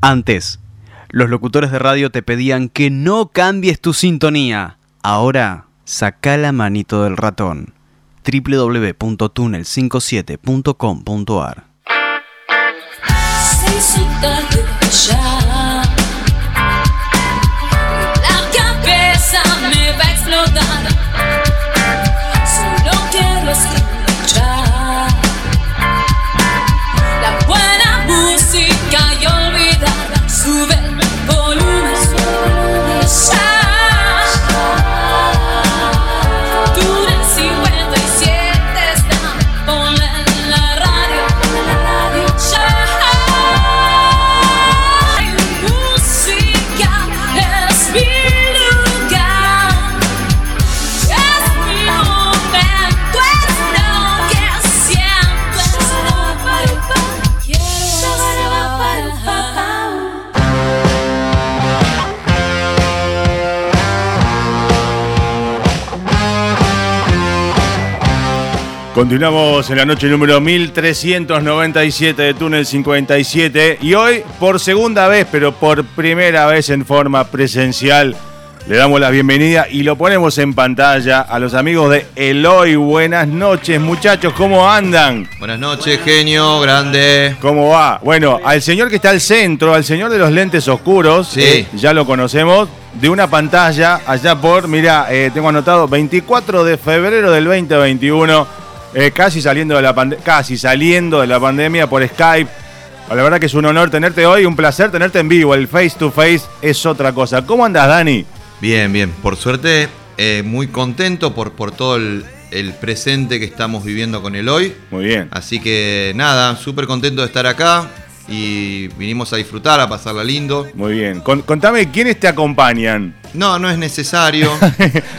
Antes, los locutores de radio te pedían que no cambies tu sintonía. Ahora, saca la manito del ratón. www.tunnel57.com.ar Sen sudando ya. La cabeza me va a explotar. Solo quiero escuchar la buena música y olvidar. Sube el volumen. Ya. Túnel 57 está. Ponla en la radio. Ya. Hay música, es mi lugar. Es mi momento, es lo que siento, es lo que quiero estar. Continuamos en la noche número 1397 de Túnel 57 y hoy por segunda vez, pero por primera vez en forma presencial, le damos la bienvenida y lo ponemos en pantalla a los amigos de Eloy. Buenas noches muchachos, ¿cómo andan? Buenas noches, genio, grande. ¿Cómo va? Bueno, al señor que está al centro, al señor de los lentes oscuros, Sí. eh, ya lo conocemos, de una pantalla allá por, mira, eh, tengo anotado 24 de febrero del 2021, eh, casi saliendo de la pande- casi saliendo de la pandemia por Skype. La verdad que es un honor tenerte hoy, un placer tenerte en vivo. El face to face es otra cosa. ¿Cómo andas, Dani? Bien, bien. Por suerte, eh, muy contento por, por todo el, el presente que estamos viviendo con el hoy. Muy bien. Así que nada, súper contento de estar acá y vinimos a disfrutar, a pasarla lindo. Muy bien. Con- contame quiénes te acompañan. No, no es necesario.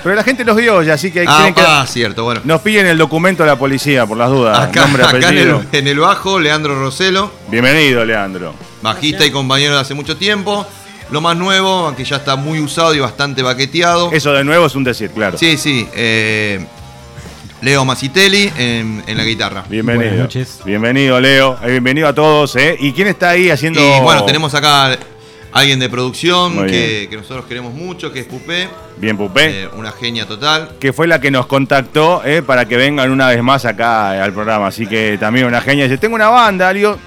Pero la gente los vio ya, así que hay ah, tienen que. ah, cierto, bueno. Nos piden el documento a la policía, por las dudas. acá nombre, acá en, apellido. el, en el bajo, Leandro Roselo, Bienvenido, Leandro. bajista y compañero de hace mucho tiempo. Lo más nuevo, aunque ya está muy usado y bastante baqueteado. Eso de nuevo es un decir, claro. Sí, sí. eh, Leo Macitelli en, en la guitarra. Bienvenido. Buenas noches. Bienvenido, Leo. Eh, Bienvenido a todos, ¿eh? ¿Y quién está ahí haciendo.? Y bueno, tenemos acá alguien de producción Muy que, bien. que nosotros queremos mucho, que es Pupé, Bien, Pupé. eh, una genia total. Que fue la que nos contactó eh, para que vengan una vez más acá eh, al programa. Así que también una genia. Dice: Tengo una banda, digo,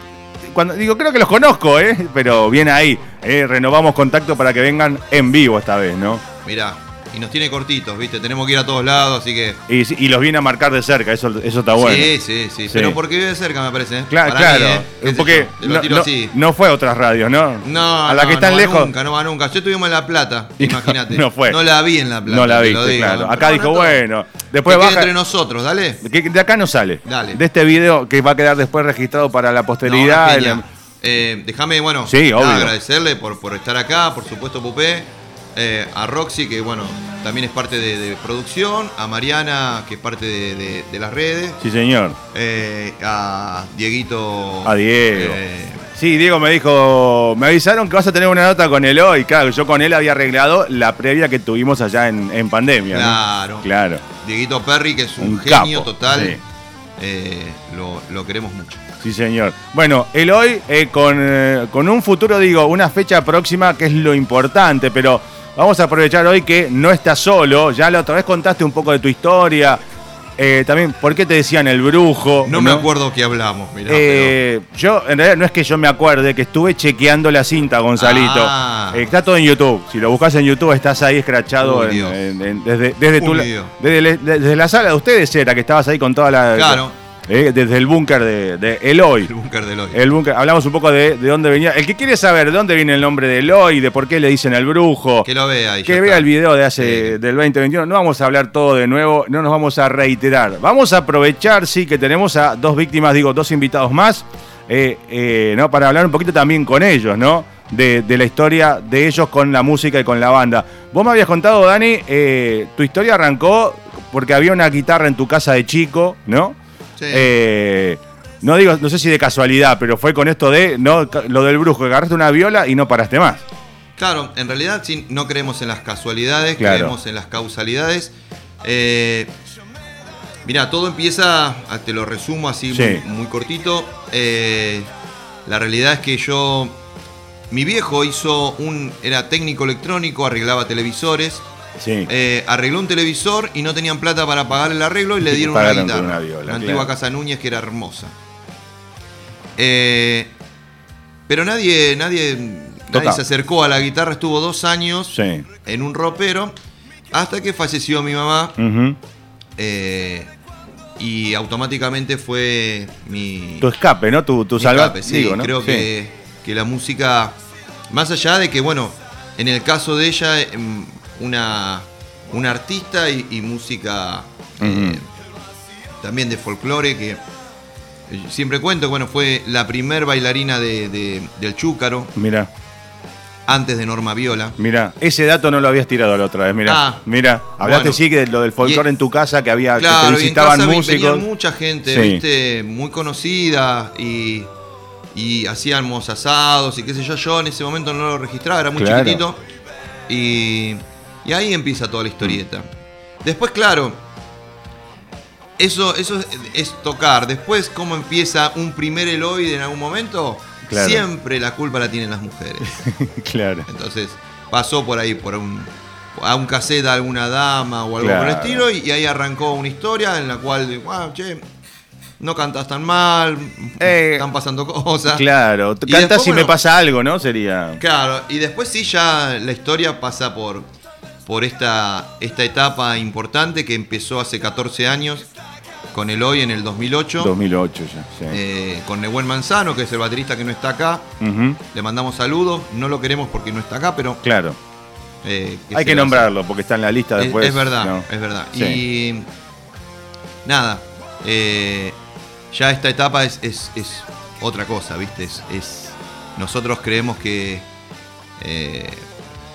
cuando, digo creo que los conozco, ¿eh? Pero bien ahí. eh, renovamos contacto para que vengan en vivo esta vez, ¿no? Mirá, y nos tiene cortitos, ¿viste? Tenemos que ir a todos lados, así que. Y, y los viene a marcar de cerca, eso, eso está Ah, bueno. Sí, sí, sí, Sí. Pero porque vive cerca, me parece. ¿eh? Claro, Para mí, claro. ¿eh? Qué sé Porque yo, te lo no, tiro no- así. no fue a otras radios, ¿no? No, A las no, que están no va lejos. Nunca, no va nunca. Yo estuvimos en La Plata, Y no- imagínate. no fue. la vi en La Plata. no la te lo viste, digo. claro. Pero Acá dijo, está- bueno, Que después quede baja. entre nosotros, dale. que- de acá no sale. Dale. De este video que va a quedar después registrado para la posteridad. No, una el- genia. Eh, Déjame, bueno, Sí, nada, obvio. agradecerle por, por estar acá, por supuesto, Pupé. eh, a Roxy, que bueno, también es parte de, de producción. A Mariana, que es parte de, de- de las redes. Sí, señor. eh, a Dieguito. A Diego. eh, Sí, Diego me dijo, me avisaron que vas a tener una nota con él hoy. Claro, yo con él había arreglado la previa que tuvimos allá en, en pandemia. ¿no? Claro. Claro. Dieguito Perry, que es un, Un genio capo, total. sí. Eh, lo, lo queremos mucho. Sí, señor. Bueno, el hoy eh, con, eh, con un futuro, digo, una fecha próxima que es lo importante, pero vamos a aprovechar hoy que no estás solo. Ya la otra vez contaste un poco de tu historia. eh, también, ¿por qué te decían el brujo? No, me acuerdo que hablamos, mirá. Eh, Yo, en realidad, no es que yo me acuerde, que estuve chequeando la cinta, Gonzalito. Ah. Eh, está todo en YouTube. Si lo buscas en YouTube, estás ahí escrachado Uy, en- Dios. en- en- desde, desde tu Uy, la- Dios. desde le- desde la sala de ustedes era que estabas ahí con toda la. Claro. eh, desde el búnker de, de Eloy. pero el búnker del hoy. El búnker. Hablamos un poco de, de dónde venía. El que quiere saber de dónde viene el nombre de Eloy, de por qué le dicen el brujo. Que lo vea. y ya Que está. vea el video de hace Sí. del 2021. No vamos a hablar todo de nuevo, no nos vamos a reiterar. Vamos a aprovechar, sí, que tenemos a dos víctimas, digo, dos invitados más, eh, eh, ¿no? Para hablar un poquito también con ellos, ¿no? De, de la historia de ellos con la música y con la banda. Vos me habías contado, Dani, eh, tu historia arrancó porque había una guitarra en tu casa de chico, ¿no? Sí. Eh, no digo, no sé si de casualidad, pero fue con esto de, ¿no? Lo del brujo, que agarraste una viola y no paraste más. Claro, en realidad sí, no creemos en las casualidades, Claro. creemos en las causalidades. Eh, mira, todo empieza, ah, te lo resumo así Sí. muy, muy cortito. Eh, la realidad es que yo Mi viejo hizo un. Era técnico electrónico, arreglaba televisores. Sí. Eh, arregló un televisor y no tenían plata para pagar el arreglo y le Y dieron una pagaron guitarra. con una viola, antigua claro. Casa Núñez que era hermosa. Eh, pero nadie, nadie, nadie Toca. se acercó a la guitarra, estuvo dos años Sí. en un ropero, hasta que falleció mi mamá Ujú. eh, y automáticamente fue mi, Tu escape, ¿no? Tu, tu mi salva- escape, sí, digo, ¿no? creo Sí. Que, que la música, más allá de que, bueno, en el caso de ella, em, una, una artista y, y música eh, también de folclore, que eh, siempre cuento, bueno, fue la primer bailarina de- de- del Chúcaro, Mira, antes de Norma Viola. mira, ese dato no lo habías tirado la otra vez, mira. Ah. mira, hablaste Bueno. sí que de lo del folclore Y- en tu casa que había que te Claro, y en visitaban casa vi- músicos. venía mucha gente, Sí. viste, muy conocida y, y hacíamos asados y qué sé yo. Yo en ese momento no lo registraba, era muy Claro. chiquitito. Y, y ahí empieza toda la historieta. Después, claro, eso, eso es, es tocar. Después, ¿cómo empieza un primer Eloide en algún momento? Claro. Siempre la culpa la tienen las mujeres. claro. Entonces pasó por ahí, por un, a un cassette a alguna dama o algo por el Claro. estilo, y, y ahí arrancó una historia en la cual, wow, che, no cantas tan mal, Eh, están pasando cosas. Claro, Ah. Y canta después, si me bueno, pasa algo, ¿no? Sería. Claro, y después sí ya la historia pasa por, por esta, esta etapa importante que empezó hace 14 años con el hoy en el 2008. 2008 ya. sí. eh, con Nehuen Manzano, que es el baterista que no está acá, Ujú, le mandamos saludos, no lo queremos porque no está acá, pero Claro, eh, hay se que lo hace. nombrarlo porque está en la lista Es- después. Es, verdad, ¿no? es verdad. Sí. Y nada, eh, ya esta etapa es, es- es otra cosa, ¿viste? Es, es- nosotros creemos que, eh,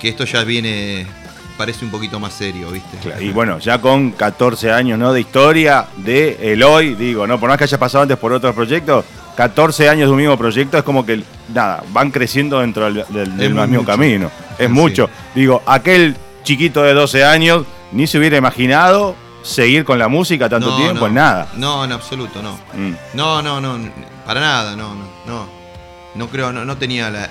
que esto ya viene, parece un poquito más serio, ¿viste? Claro, Y bueno, ya con 14 años ¿no? de historia de Eloy, digo, ¿no? Por más que haya pasado antes por otros proyectos, 14 años de un mismo proyecto es como que, nada, van creciendo dentro del, del- del Es mismo mucho. camino. Es Sí. mucho. Digo, aquel chiquito de 12 años ni se hubiera imaginado seguir con la música tanto No, tiempo, no. nada. No, en absoluto, no. Mm. No, no, no, n- para nada, no, no, no. No creo, no, no tenía la.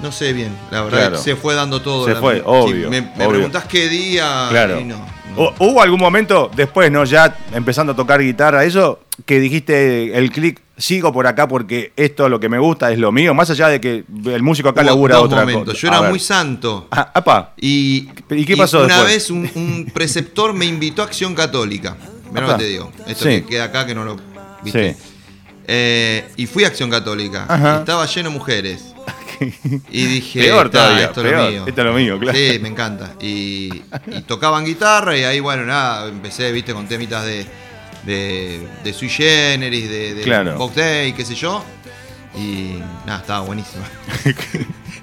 No sé bien, la verdad, Claro. se fue dando todo. Se la- fue, si obvio, me, me obvio. preguntás qué día. Claro. y no, no. Hu- ¿Hubo algún momento después, no? Ya empezando a tocar guitarra, eso, que dijiste el clic, sigo por acá porque esto es lo que me gusta, es lo mío, más allá de que el músico acá Hubo labura dos otra momentos. cosa. Yo A era ver. muy santo. Ah, apa. Y, ¿Y qué pasó Una después? vez un, un preceptor me invitó a Acción Católica. Mirá lo Apa. que te digo. Esto Sí. que queda acá que no lo viste. Sí. Eh, y fui a Acción Católica. Ajá. Estaba lleno de mujeres. Y dije, Peor "Ta, todavía, esto es peor. lo mío. Esto es lo mío, claro. Sí, me encanta. Y, y tocaban guitarra y ahí, bueno, nada, empecé, viste, con temitas de, de, de sui generis, de, de Claro. Box Day, qué sé yo. Y nada, estaba buenísimo.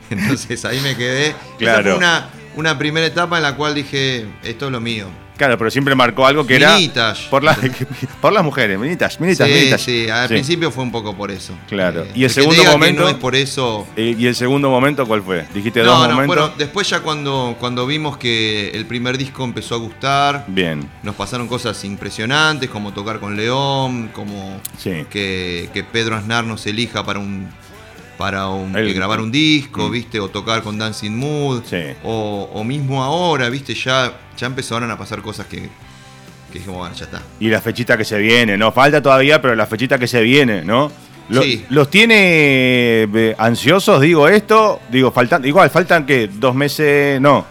Entonces ahí me quedé. Esa Claro. fue una, una primera etapa en la cual dije, esto es lo mío. Claro, pero siempre marcó algo que Minitas. era. Por, la- por las mujeres, minitas, minitas, sí, minitas. sí, al Sí. principio fue un poco por eso. Eh, Claro. Y el que te segundo diga que momento- no es por eso. Eh, ¿Y el segundo momento cuál fue? Dijiste no, dos no, momentos. bueno, después ya cuando, cuando vimos que el primer disco empezó a gustar, Bien, nos pasaron cosas impresionantes, como tocar con León, como sí. que, que Pedro Aznar nos elija para un para un- El- eh, grabar un disco, Mm. viste, o tocar con Dancing Mood, Sí. o, o mismo ahora, viste, ya, ya empezaron a pasar cosas que, que dijimos, bueno, ya está. Y la fechita que se viene, no falta todavía, pero la fechita que se viene, ¿no? Lo- Sí. ¿Los tiene eh, ansiosos, digo esto? Digo, faltan, igual, faltan que dos meses, no.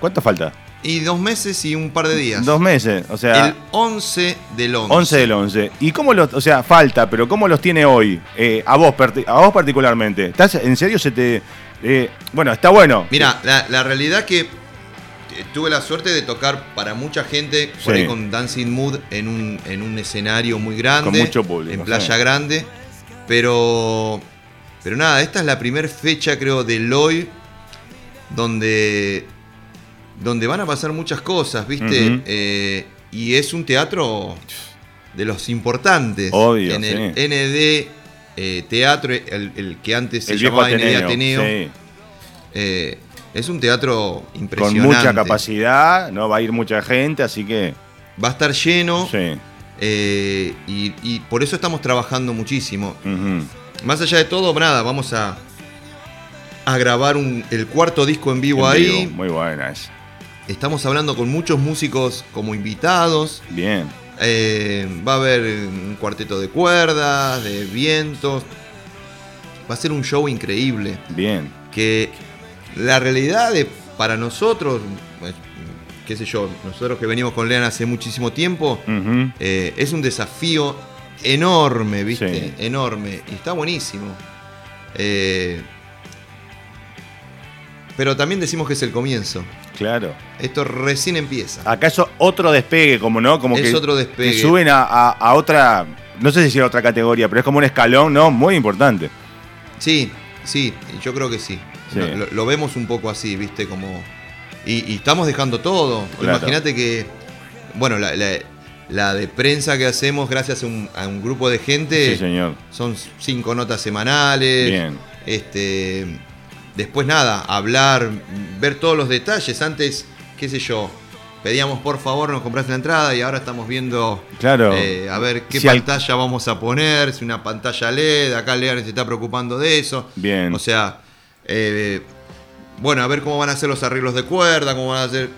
¿Cuánto falta? Y dos meses y un par de días. Dos meses, o sea... El 11 del 11. 11 del 11. ¿Y cómo los, o sea, falta, pero cómo los tiene hoy? Eh, a, vos, parti- a vos particularmente. ¿Estás, ¿En serio se te... eh, bueno, está bueno. Mira, la, la realidad que eh, tuve la suerte de tocar para mucha gente por Sí. ahí con Dancing Mood en un, en un escenario muy grande. Con mucho público, En Playa sí. Grande. Pero. Pero nada, esta es la primera fecha, creo, del hoy. Donde. Donde van a pasar muchas cosas, ¿viste? Ujú. Eh, y es un teatro de los importantes. Obvio, En el sí. ND eh, Teatro, el, el que antes se el viejo llamaba Ateneo. ND Ateneo. sí. Eh, es un teatro Con impresionante. mucha capacidad, ¿no? Va a ir mucha gente, así que... Va a estar lleno Sí. eh, y, y por eso estamos trabajando muchísimo. ujú. Más allá de todo, nada, vamos a, a grabar un- el cuarto disco en vivo En ahí. vivo, Muy buena esa. Estamos hablando con muchos músicos como invitados. Bien. Eh, va a haber un cuarteto de cuerdas, de vientos. Va a ser un show increíble. Bien. Que la realidad de- para nosotros, eh, qué sé yo, nosotros que venimos con Lean hace muchísimo tiempo, Ujú. eh, es un desafío enorme, ¿viste? Sí. Enorme. Y está buenísimo. Eh, pero también decimos que es el comienzo. Claro. Esto recién empieza. Acá es otro despegue, como no, como Es que, otro despegue. que suben a, a- a otra, no sé si sea otra categoría, pero es como un escalón, ¿no? Muy importante. Sí, sí, yo creo que sí. Sí. No, Lo, lo vemos un poco así, ¿viste? Como. Y, y estamos dejando todo. Claro. Imagínate que. Bueno, la, la- la de prensa que hacemos, gracias a un, a un grupo de gente, Sí, señor. son cinco notas semanales. Bien. Este. Después nada, hablar, ver todos los detalles. Antes, qué sé yo, pedíamos por favor nos compraste la entrada y ahora estamos viendo Claro. eh, a ver qué Si al- pantalla vamos a poner, si una pantalla LED, acá Lean se está preocupando de eso. Bien. O sea, eh, bueno, a ver cómo van a ser los arreglos de cuerda, cómo van a ser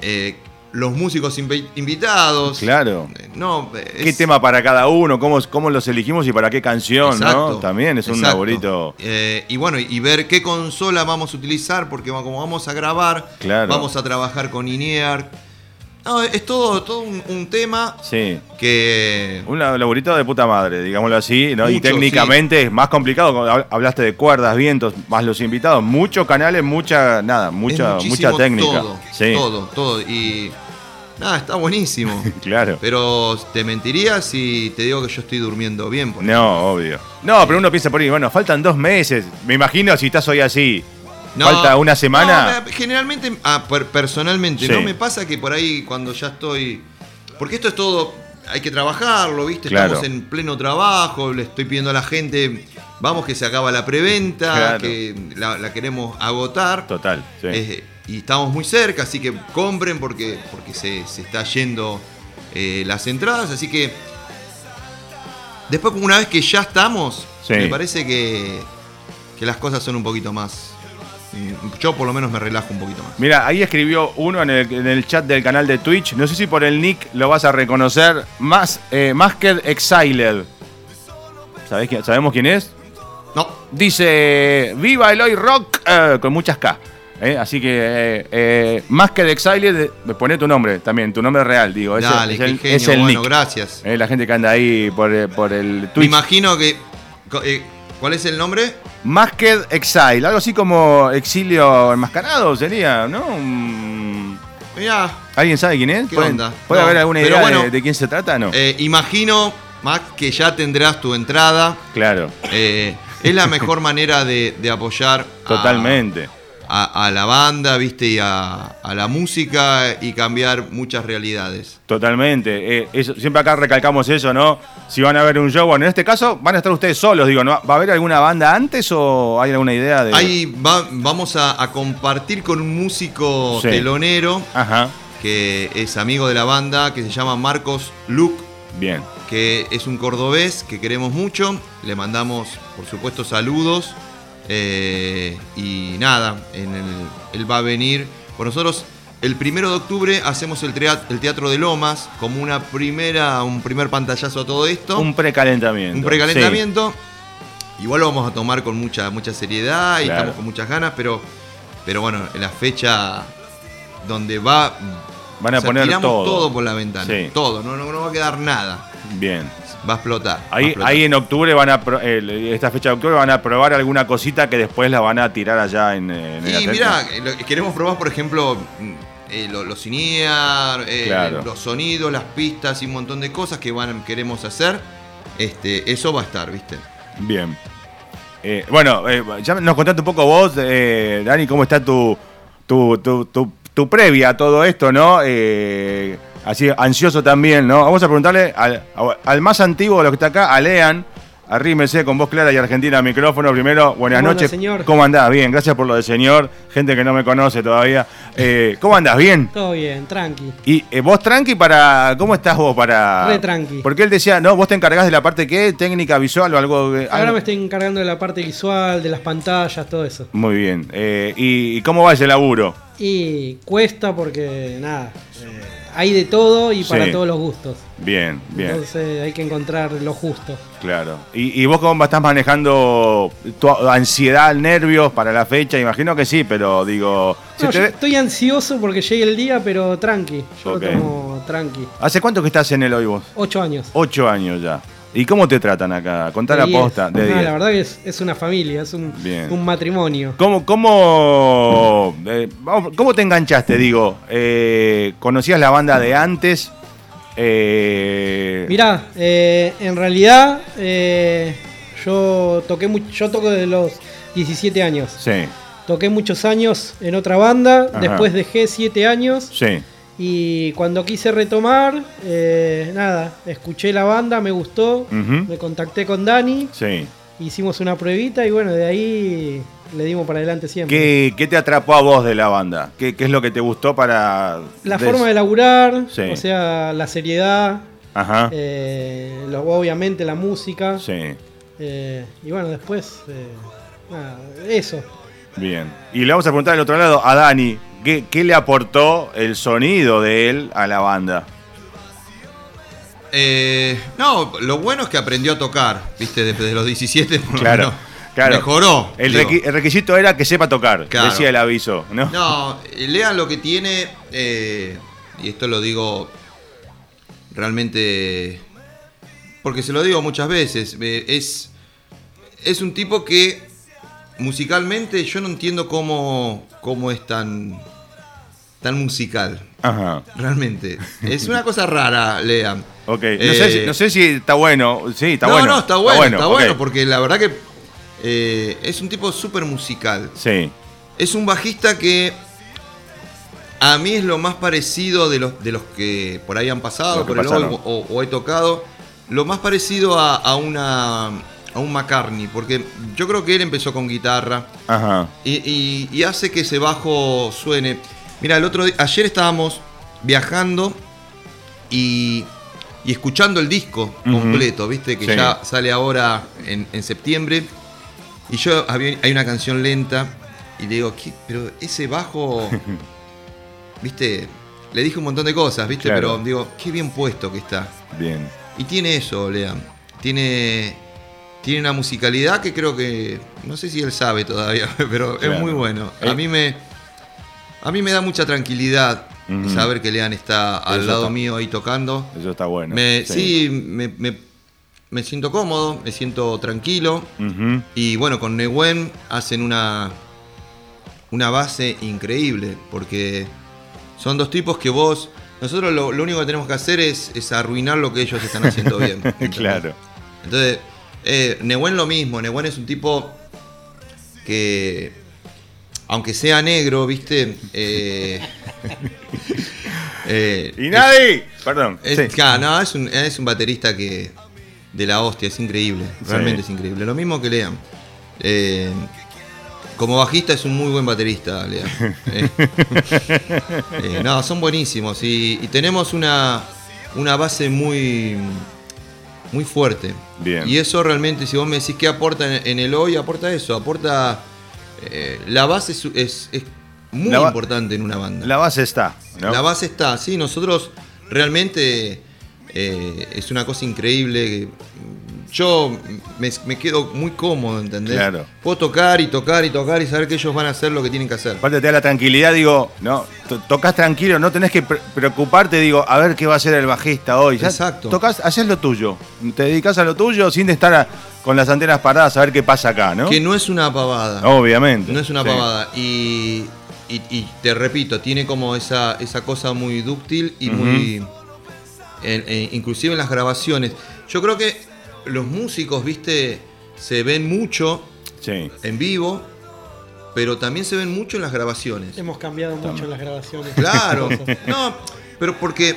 eh, los músicos invi- invitados. Claro. Eh, No, eh, ¿Qué es- tema para cada uno? ¿Cómo, ¿Cómo los elegimos y para qué canción? Exacto, ¿no? También es un exacto. laborito. Eh, y bueno, y- y ver qué consola vamos a utilizar, porque va- como vamos a grabar, Claro. vamos a trabajar con INEAR. No, es todo, todo un, un tema Sí. que. Un la- laburito de puta madre, digámoslo así, ¿no? y Mucho, técnicamente es más complicado, como hab- hablaste de cuerdas, vientos, más los invitados, muchos canales, mucha, nada, mucha, es muchísimo mucha técnica. Todo, sí, todo, todo. Y nada, está buenísimo. claro. Pero te mentiría si te digo que yo estoy durmiendo bien. por ejemplo. No, obvio. No, pero uno piensa por ahí, bueno, faltan dos meses. Me imagino si estás hoy así. falta una semana. no, me- generalmente, ah, per- personalmente, Sí. no me pasa que por ahí cuando ya estoy. Porque esto es todo. Hay que trabajarlo, ¿viste? Claro. Estamos en pleno trabajo, le estoy pidiendo a la gente, vamos que se acaba la preventa, Claro. que la, la queremos agotar. Total, sí. Eh, y estamos muy cerca, así que compren porque, porque se, se está yendo eh, las entradas. Así que después, como una vez que ya estamos, Sí. me parece que, que las cosas son un poquito más... mm, Yo por lo menos me relajo un poquito más. Mira, ahí escribió uno en el, en el chat del canal de Twitch. No sé si por el nick lo vas a reconocer. Mas, eh, Masked Exiled. ¿Sabés quién- ¿Sabemos quién es? No, Dice, viva Eloy Rock, eh, con muchas K. eh, así que, eh, eh, más que de Exile, poné tu nombre también, tu nombre real, digo. ese dale, es qué el, genio. es el bueno, nick. gracias. Eh, la gente que anda ahí por, eh, por el Me Twitch. imagino que... co- eh, ¿Cuál es el nombre? Masked Exile, algo así como exilio enmascarado sería, ¿no? Un- Mirá, ¿Alguien sabe quién es? ¿Qué ¿Puede, onda? puede No, haber alguna pero idea bueno, de, de quién se trata? No. eh, imagino, Max, que ya tendrás tu entrada. claro, Eh, es la mejor manera de, de apoyar a- totalmente. a, a la banda, viste, y a, a la música y cambiar muchas realidades. Totalmente. Eh, eso- siempre acá recalcamos eso, ¿no? Si van a ver un show, bueno, en este caso van a estar ustedes solos, digo, ¿no? ¿Va a haber alguna banda antes o hay alguna idea de...? Ahí va- vamos a, a compartir con un músico Sí. telonero Ajá, que es amigo de la banda, que se llama Marcos Luke, bien. que es un cordobés que queremos mucho. Le mandamos, por supuesto, saludos. Eh, y nada, en el- él va a venir con nosotros. El primero de octubre hacemos el, trea- el Teatro de Lomas como una primera, un primer pantallazo a todo esto. Un precalentamiento. un precalentamiento. Igual lo vamos a tomar con mucha, mucha seriedad y Claro. estamos con muchas ganas, pero, pero bueno, en la fecha donde va. Sí. Van a o sea, poner tiramos todo. por la ventana. Sí. Todo, no, no, no va a quedar nada. Bien. Va a explotar. va a Ahí, explotar. ahí en octubre van a... pro- eh, esta fecha de octubre van a probar alguna cosita que después la van a tirar allá en, eh, en el Y Atlético. mirá, eh, lo- queremos probar, por ejemplo, mm, eh, lo- los INEAR, eh, Claro. los sonidos, las pistas y un montón de cosas que van, queremos hacer. Este, eso va a estar, ¿viste? Bien. Eh, bueno, eh, ya nos contaste un poco vos, eh, Dani, cómo está tu, tu, tu, tu- tu previa a todo esto, ¿no? Eh, así, ansioso también, ¿no? Vamos a preguntarle al, al más antiguo de los que está acá, a Lean, Arrímese con voz clara y argentina al micrófono. Primero, buenas ¿Cómo anda, noches. señor? ¿Cómo andás? Bien, gracias por lo de señor. Gente que no me conoce todavía. Eh, ¿Cómo andás? Bien. Todo bien, tranqui. Y eh, vos tranqui para. ¿Cómo estás vos para.? Re tranqui. Porque él decía, no, vos te encargás de la parte que, técnica visual o algo. que- Ahora algo- me estoy encargando de la parte visual, de las pantallas, todo eso. Muy bien. Eh, ¿y, y cómo va ese laburo? Y cuesta porque, nada, eh, hay de todo y para Sí. todos los gustos. Bien, bien. Entonces hay que encontrar lo justo. Claro. ¿Y, y vos cómo estás manejando tu ansiedad, nervios para la fecha? Imagino que sí, pero digo. se No, te yo ve- estoy ansioso porque llegue el día, pero tranqui. Yo Ok. lo tomo tranqui. ¿Hace cuánto que estás en el hoy vos? Ocho años. Ocho años ya. ¿Y cómo te tratan acá? Contá De Oh, la diez. posta. De No, 10. la verdad que es, es una familia, es un, Bien. un matrimonio. ¿Cómo, cómo, eh, vamos, cómo te enganchaste, digo? Eh, ¿Conocías la banda de antes? Eh, Mirá, eh, en realidad eh, yo toqué mu- yo toco desde los 17 años. Sí, Toqué muchos años en otra banda, Ajá. después dejé 7 años sí. y cuando quise retomar, eh, nada, escuché la banda, me gustó, Ujú. me contacté con Dani, Sí. hicimos una pruebita y bueno, de ahí le dimos para adelante siempre. ¿Qué, qué te atrapó a vos de la banda? ¿Qué, qué es lo que te gustó para...? La forma de laburar, Sí. o sea, la seriedad, Ajá, eh, lo- obviamente la música. sí, Eh, y bueno, después, eh, nada, eso. bien. Y le vamos a preguntar del otro lado a Dani, ¿qué, qué le aportó el sonido de él a la banda? Eh, no, lo bueno es que aprendió a tocar, viste, de- desde los 17. por lo Claro, menos. claro. Mejoró. El, digo. requi- el requisito era que sepa tocar, Claro. decía el aviso, ¿no? No, eh, lean lo que tiene, eh, y esto lo digo realmente, porque se lo digo muchas veces, eh, es, es un tipo que musicalmente yo no entiendo cómo, cómo es tan, tan musical. Ajá. Realmente. Es una cosa rara, Lean. Ok, no, sé si, Eh, no sé si está bueno. Sí, está no, bueno. no, está bueno, está bueno, ok. porque la verdad que eh, es un tipo súper musical. Sí, Es un bajista que a mí es lo más parecido de los, de los que por ahí han Los pasado, que por el pasaron. hoy o, o he tocado, lo más parecido a, a una, a un McCartney, porque yo creo que él empezó con guitarra ajá. y, y- y hace que ese bajo suene. Mira, el otro día, ayer estábamos viajando y, y escuchando el disco Ujú. completo, viste, que Sí. ya sale ahora en, en septiembre. Y yo había- hay una canción lenta y le digo, "¿Qué? pero ese bajo, viste, le dije un montón de cosas, viste, Claro. pero digo, qué bien puesto que está. Bien. Y tiene eso, Lean. Tiene, tiene una musicalidad que creo que. No sé si él sabe todavía, pero Claro. es muy bueno. Eh. A mí me. A mí me da mucha tranquilidad Ujú. saber que Lean está al Eso lado está- mío ahí tocando. Eso está bueno. Me- sí, me, me- me siento cómodo, me siento tranquilo. Ujú. Y bueno, con Nehuen hacen una, una base increíble, porque son dos tipos que vos, nosotros lo, lo único que tenemos que hacer es, es arruinar lo que ellos están haciendo bien. ¿entendés? Claro. Entonces, eh, Nehuen lo mismo, Nehuen es un tipo que, aunque sea negro, viste, Eh, eh, Y nadie. Perdón. es, sí. claro, no, es un, es un baterista que. de la hostia, es increíble. Sí. Realmente es increíble. Lo mismo que Lean. Eh, como bajista es un muy buen baterista, Lean. Eh, eh, no, son buenísimos. Y, y tenemos una, una base muy. muy fuerte. Bien. Y eso realmente, si vos me decís qué aporta en, en el hoy, aporta eso, aporta. eh, la base es, es- es muy La ba- importante en una banda. La base está. ¿no? La base está, sí, nosotros realmente eh, es una cosa increíble. que Yo me, me quedo muy cómodo, ¿entendés? Claro. Puedo tocar y tocar y tocar y saber que ellos van a hacer lo que tienen que hacer. Aparte te da la tranquilidad, digo, no, to- tocas tranquilo, no tenés que pre- preocuparte, digo, a ver qué va a hacer el bajista hoy. Ya Exacto. Tocas, haces lo tuyo, te dedicas a lo tuyo sin estar a- con las antenas paradas a ver qué pasa acá, ¿no? Que no es una pavada. Obviamente. No es una Sí. pavada. Y, y- y te repito, tiene como esa, esa cosa muy dúctil y Ujú. muy. en- en- inclusive en las grabaciones. Yo creo que los músicos, viste, se ven mucho Sí. en vivo, pero también se ven mucho en las grabaciones. Hemos cambiado mucho en las grabaciones. Claro. Cosas. No, pero porque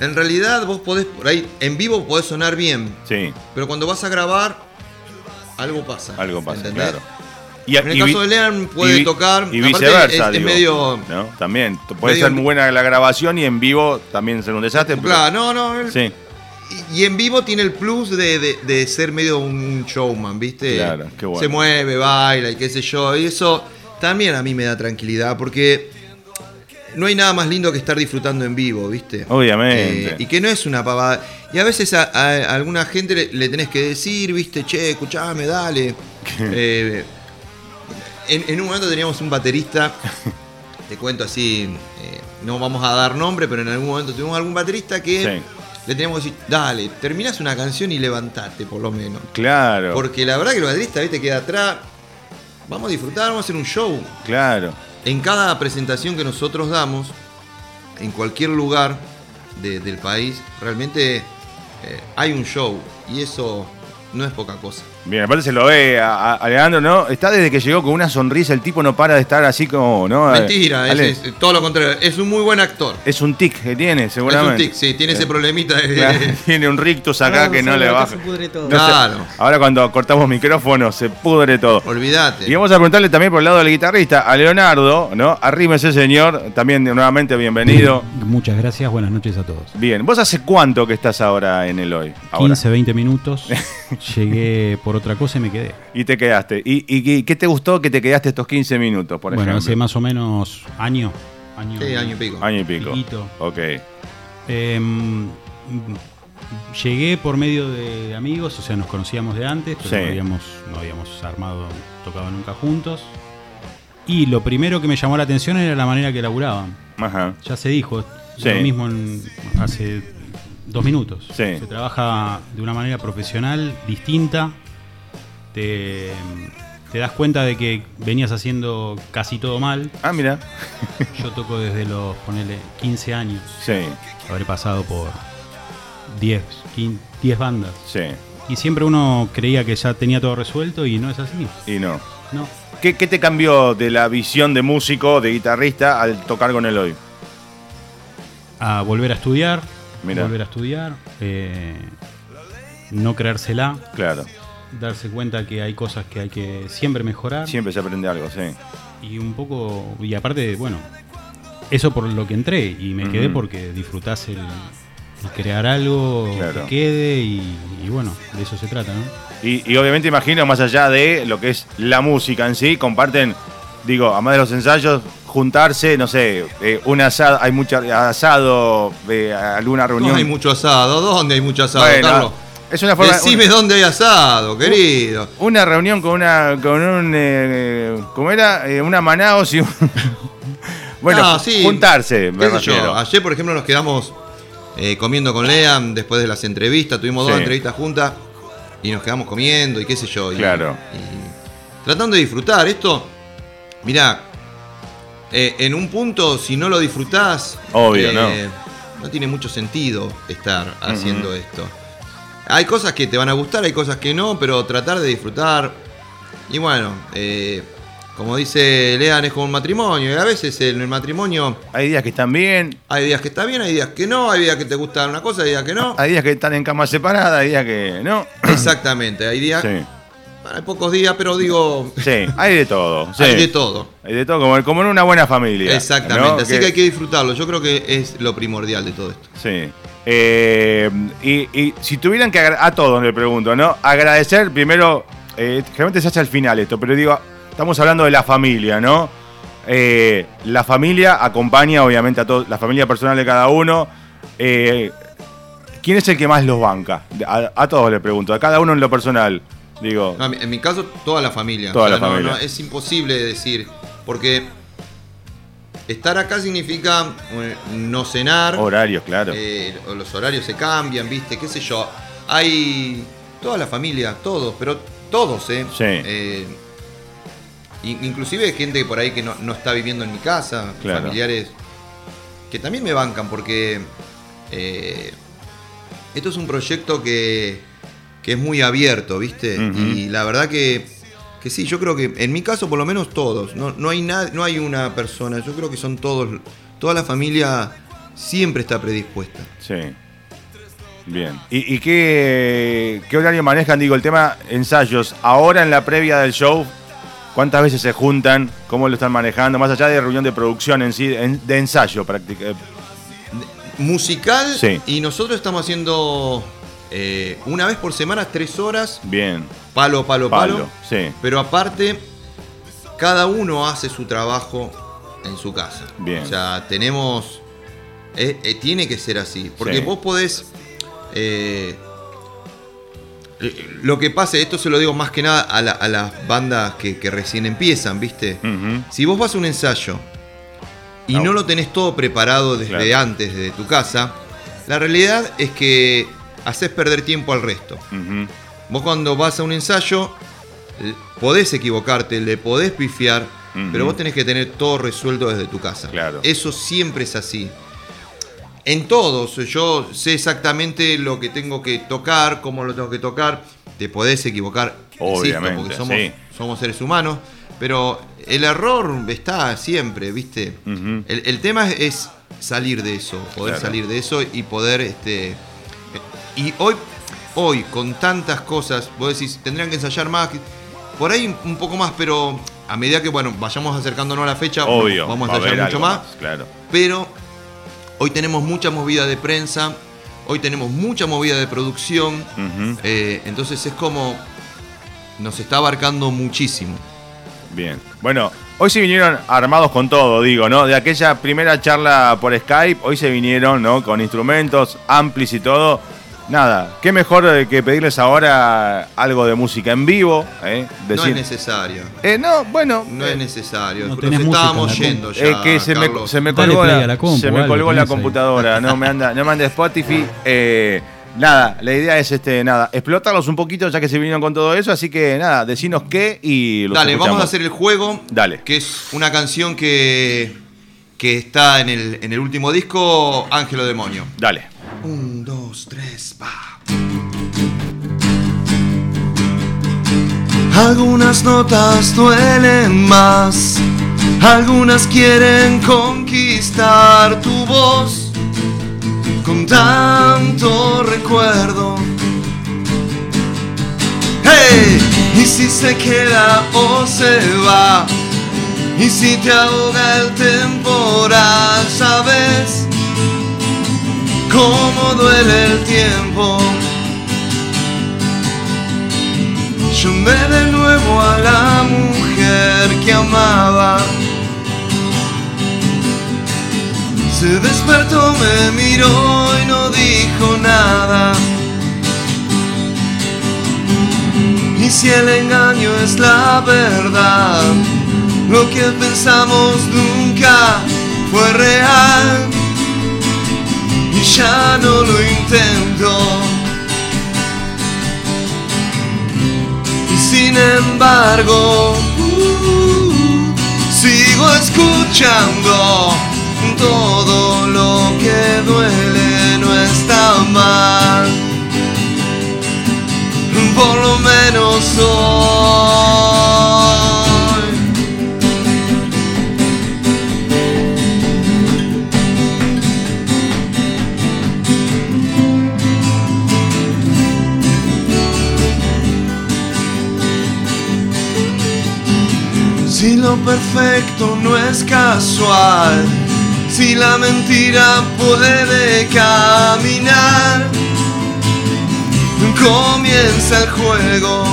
en realidad vos podés, por ahí, en vivo podés sonar bien, Sí. pero cuando vas a grabar, Algo pasa. Algo pasa, ¿entendés? claro. Y, En el y vi- caso de Lean puede vi- tocar, Y aparte es- viceversa, es digo, medio- ¿no? También. t- Puede medio- ser muy buena la grabación y en vivo también ser un desastre. pero- Claro, no, no. él- Sí, Y, y en vivo tiene el plus de, de- de ser medio un showman, ¿viste? Claro, qué bueno. Se mueve, baila y qué sé yo. Y eso también a mí me da tranquilidad porque no hay nada más lindo que estar disfrutando en vivo, ¿viste? Obviamente. Eh, y que no es una pavada. Y a veces a, a- a alguna gente le, le tenés que decir, ¿viste? Che, escuchame, dale. Eh, en, en un momento teníamos un baterista, te cuento así, eh, no vamos a dar nombre, pero en algún momento tuvimos algún baterista que Sí. le teníamos que decir, dale, terminás una canción y levantate por lo menos. claro. Porque la verdad que el baterista, viste, queda atrás. Vamos a disfrutar, vamos a hacer un show. Claro. En cada presentación que nosotros damos, en cualquier lugar de- del país, realmente eh, hay un show. Y eso no es poca cosa. Bien, aparte se lo ve a, a- a Leandro, ¿no? Está desde que llegó con una sonrisa, el tipo no para de estar así como, ¿no? Eh, Mentira, es, Ale, es todo lo contrario. Es un muy buen actor. es un tic que tiene, Es un seguramente. tic, sí, tiene ese problemita. de- Claro, tiene un rictus acá Ah, que sí, no le acá baja. se pudre todo. No sé, Claro. ahora cuando cortamos micrófono se pudre todo. Olvídate. Y vamos a preguntarle también por el lado del guitarrista, a Leonardo, ¿no? Arrímese, señor. También nuevamente bienvenido. Muchas gracias, buenas noches a todos. Bien, ¿vos hace cuánto que estás ahora en el hoy? Ahora. 15, 20 minutos, llegué por otra cosa y me quedé. Y te quedaste. ¿Y, y- y qué te gustó que te quedaste estos 15 minutos, por bueno, ejemplo? hace más o menos año. Año, Sí, año y pico. Año y pico. Piquito. Ok. Em, llegué por medio de amigos, o sea, nos conocíamos de antes, pero Sí. no, habíamos, no habíamos armado, tocado nunca juntos. Y lo primero que me llamó la atención era la manera que laburaban. Ajá. Ya se dijo, Sí. lo mismo en- hace dos minutos. Sí. Se trabaja de una manera profesional, distinta. Te, te das cuenta de que venías haciendo casi todo mal. Ah, mira. Yo toco desde los, ponele, 15 años. Sí, Habré pasado por 10, 15, 10 bandas. sí. Y siempre uno creía que ya tenía todo resuelto y no es así. Y no. No. ¿Qué, qué te cambió de la visión de músico, de guitarrista, al tocar con el hoy? a volver a estudiar, Mirá. volver a estudiar, eh, no creérsela, Claro. darse cuenta que hay cosas que hay que siempre mejorar Siempre se aprende algo, sí. y un poco y aparte bueno eso por lo que entré y me quedé Ujú. porque disfrutás el, el crear algo Claro. que quede y, y bueno de eso se trata, ¿no? Y, y obviamente imagino, más allá de lo que es la música en sí, comparten, digo, además de los ensayos, juntarse, no sé, eh, un asado, hay mucho asado, eh, alguna reunión. No hay mucho asado. ¿Dónde hay mucho asado, Bueno, Carlos? Es una forma. Uh, Decime una- dónde hay asado, querido. Una reunión con una. con un. eh, ¿Cómo era? Eh, una Manaos y un. bueno, No, sí, juntarse, me ¿Qué sé yo? refiero. Ayer, por ejemplo, nos quedamos eh, comiendo con Lean después de las entrevistas. Tuvimos dos Sí. entrevistas juntas y nos quedamos comiendo y qué sé yo. y- Claro. y tratando de disfrutar. Esto, mirá, eh, en un punto, si no lo disfrutás, eh, Obvio, no. tiene mucho sentido estar haciendo esto. Hay cosas que te van a gustar, hay cosas que no, pero tratar de disfrutar. Y bueno, eh, como dice Lean, es como un matrimonio. Y a veces en el matrimonio Hay días que están bien, hay días que está bien, hay días que no, hay días que te gusta una cosa, hay días que no. hay días que están en camas separadas, hay días que. ¿No? Exactamente, hay días, Sí. bueno, hay pocos días, pero digo, Sí, hay de todo. sí. hay de todo. Hay de todo, como, como en una buena familia. Exactamente, ¿no? así que... hay que disfrutarlo. Yo creo que es lo primordial de todo esto. Sí. Eh, y, y si tuvieran que. agra- A todos le pregunto, ¿no? Agradecer primero. Eh, generalmente se hace al final esto, pero digo, estamos hablando de la familia, ¿no? Eh, la familia acompaña, obviamente, a todos. La familia personal de cada uno. Eh, ¿Quién es el que más los banca? A, a todos le pregunto, a cada uno en lo personal. Digo. No, a mí- en mi caso, toda la familia. Toda la no, familia. no, es imposible decir, porque estar acá significa eh, no cenar, Horarios, claro. eh, o los horarios se cambian, viste, qué sé yo. Hay toda la familia, todos, pero todos, ¿eh? Sí. Eh, in- inclusive gente por ahí que no, no está viviendo en mi casa, Claro. familiares que también me bancan porque eh, esto es un proyecto que, que es muy abierto, viste. Ujú. Y la verdad que... Que sí, yo creo que en mi caso por lo menos todos, no, no, hay, na- no hay una persona, yo creo que son todos, toda la familia siempre está predispuesta. Sí. Bien. ¿Y, y qué, qué horario manejan? Digo, el tema ensayos. Ahora en la previa del show, ¿cuántas veces se juntan? ¿Cómo lo están manejando? Más allá de reunión de producción en sí, en- de ensayo eh, prácticamente. Musical. Sí. Y nosotros estamos haciendo eh, una vez por semana, tres horas, Bien. palo, palo, palo. Palo. Sí. Pero aparte, cada uno hace su trabajo en su casa. Bien. O sea, tenemos. eh, eh, tiene que ser así. Porque Sí. vos podés. eh, eh, lo que pase, esto se lo digo más que nada a, la- a las bandas que, que recién empiezan, ¿viste? Ujú. Si vos vas a un ensayo y Ah, no lo tenés todo preparado desde Claro. antes, desde tu casa, la realidad es que haces perder tiempo al resto. Ujú. Vos cuando vas a un ensayo, l- podés equivocarte, le podés pifiar, Ujú. pero vos tenés que tener todo resuelto desde tu casa. Claro. Eso siempre es así. En todos, yo sé exactamente lo que tengo que tocar, cómo lo tengo que tocar. Te podés equivocar, insisto, Obviamente, porque somos, sí. somos seres humanos, pero el error está siempre, ¿viste? Ujú. el, el tema es, es salir de eso, poder Claro. salir de eso y poder este, y hoy, hoy, con tantas cosas, vos decís, tendrían que ensayar más. que- Por ahí un poco más, pero a medida que, bueno, vayamos acercándonos a la fecha, Obvio. vamos va a haber ensayar mucho algo más. Claro. Pero hoy tenemos mucha movida de prensa, hoy tenemos mucha movida de producción. Ujú. eh, entonces es como, nos está abarcando muchísimo. Bien. Bueno, hoy se vinieron armados con todo, digo, ¿no? De aquella primera charla por Skype, hoy se vinieron, ¿no? Con instrumentos, amplis y todo. Nada, qué mejor eh, que pedirles ahora algo de música en vivo, ¿eh? No Decir- es necesario. Eh, no, bueno. No eh, es necesario. no Nos tenés música en la estábamos compu. yendo ya. eh, que se me, Carlos. se me Dale colgó play la, a la compu, se me algo colgó tenés la ahí. computadora, no me anda, no me anda Spotify. eh, nada, la idea es este, nada, explotarlos un poquito ya que se vinieron con todo eso, así que nada, decinos qué y los Dale, vamos escuchamos. a hacer el juego. Dale. Que es una canción que, que está en el, en el último disco, Ángelo Demonio. Dale. Un, dos, tres, pa. Algunas notas duelen más, algunas quieren conquistar tu voz con tanto recuerdo. ¡Hey! Y si se queda o se va, y si te ahoga el temporal, ¿sabes? cómo duele el tiempo. Yo me de nuevo a la mujer que amaba. Se despertó, me miró y no dijo nada. Y si el engaño es la verdad, lo que pensamos nunca fue real y ya no lo intento. Y sin embargo, uh, sigo escuchando todo lo que duele, no está mal. Por lo menos hoy. Si lo perfecto no es casual, si la mentira puede caminar, comienza el juego.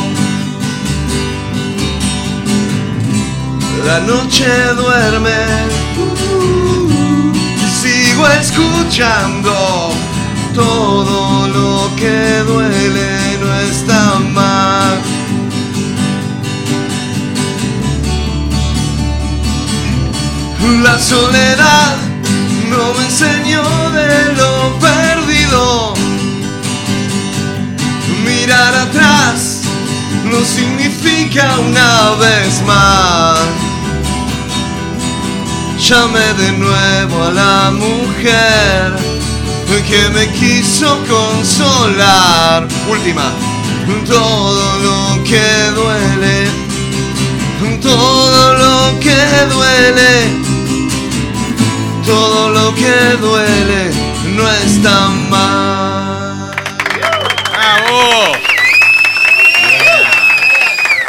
La noche duerme, uh, sigo escuchando todo lo que duele, no está mal. La soledad no me enseñó de lo perdido. Mirar atrás no significa una vez más. Llame de nuevo a la mujer que me quiso consolar. Última, todo lo que duele todo lo que duele, todo lo que duele no está mal. ¡Bravo!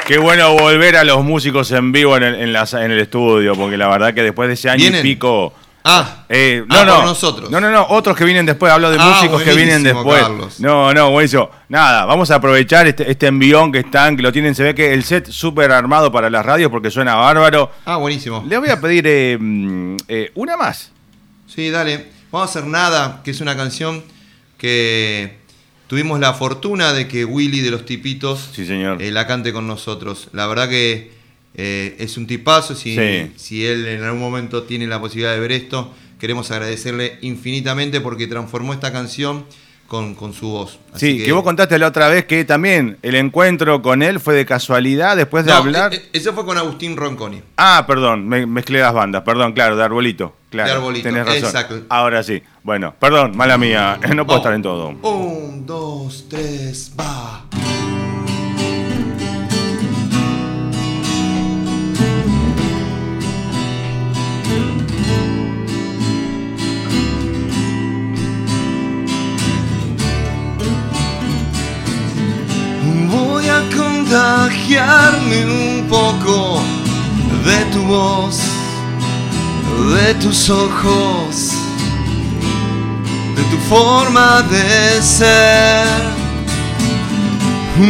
Qué bueno volver a los músicos en vivo en el, en las- en el estudio, porque la verdad que después de ese año ¿Vienen? y pico. Ah, eh, no, Ah, no. por nosotros. No, no, no. Otros que vienen después. Hablo de Ah, músicos que buenísimo, vienen después. Carlos. No, no, buenísimo. Nada, vamos a aprovechar este, este envión que están, que lo tienen. Se ve que el set súper armado para las radios porque suena bárbaro. ah, buenísimo. Le voy a pedir eh, mm, eh, una más. Sí, dale. Vamos a hacer nada, que es una canción que tuvimos la fortuna de que Willy de los Tipitos Sí, señor. eh, la cante con nosotros. La verdad que eh, es un tipazo. Si, Sí. si él en algún momento tiene la posibilidad de ver esto, queremos agradecerle infinitamente porque transformó esta canción con, con su voz. Así sí, que... vos contaste la otra vez que también el encuentro con él fue de casualidad después de No, hablar. eh, eh, Eso fue con Agustín Ronconi. Ah, perdón, me- mezclé las bandas, perdón, claro, de arbolito. Claro, De Arbolito, tenés razón. exacto. Ahora sí. Bueno, perdón, mala mía, no puedo Vamos. estar en todo. Un, dos, tres, va. Voy a contagiarme un poco de tu voz, de tus ojos de tu forma de ser.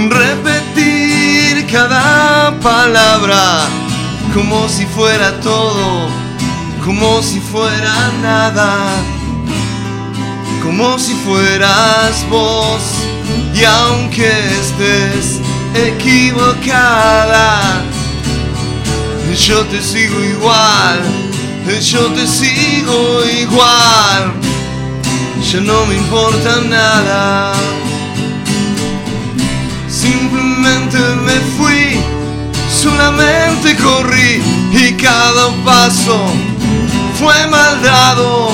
Repetir cada palabra como si fuera todo, como si fuera nada, como si fueras vos. Y aunque estés equivocada, yo te sigo igual, yo te sigo igual ya no me importa nada. Simplemente me fui, solamente corrí y cada paso fue mal dado.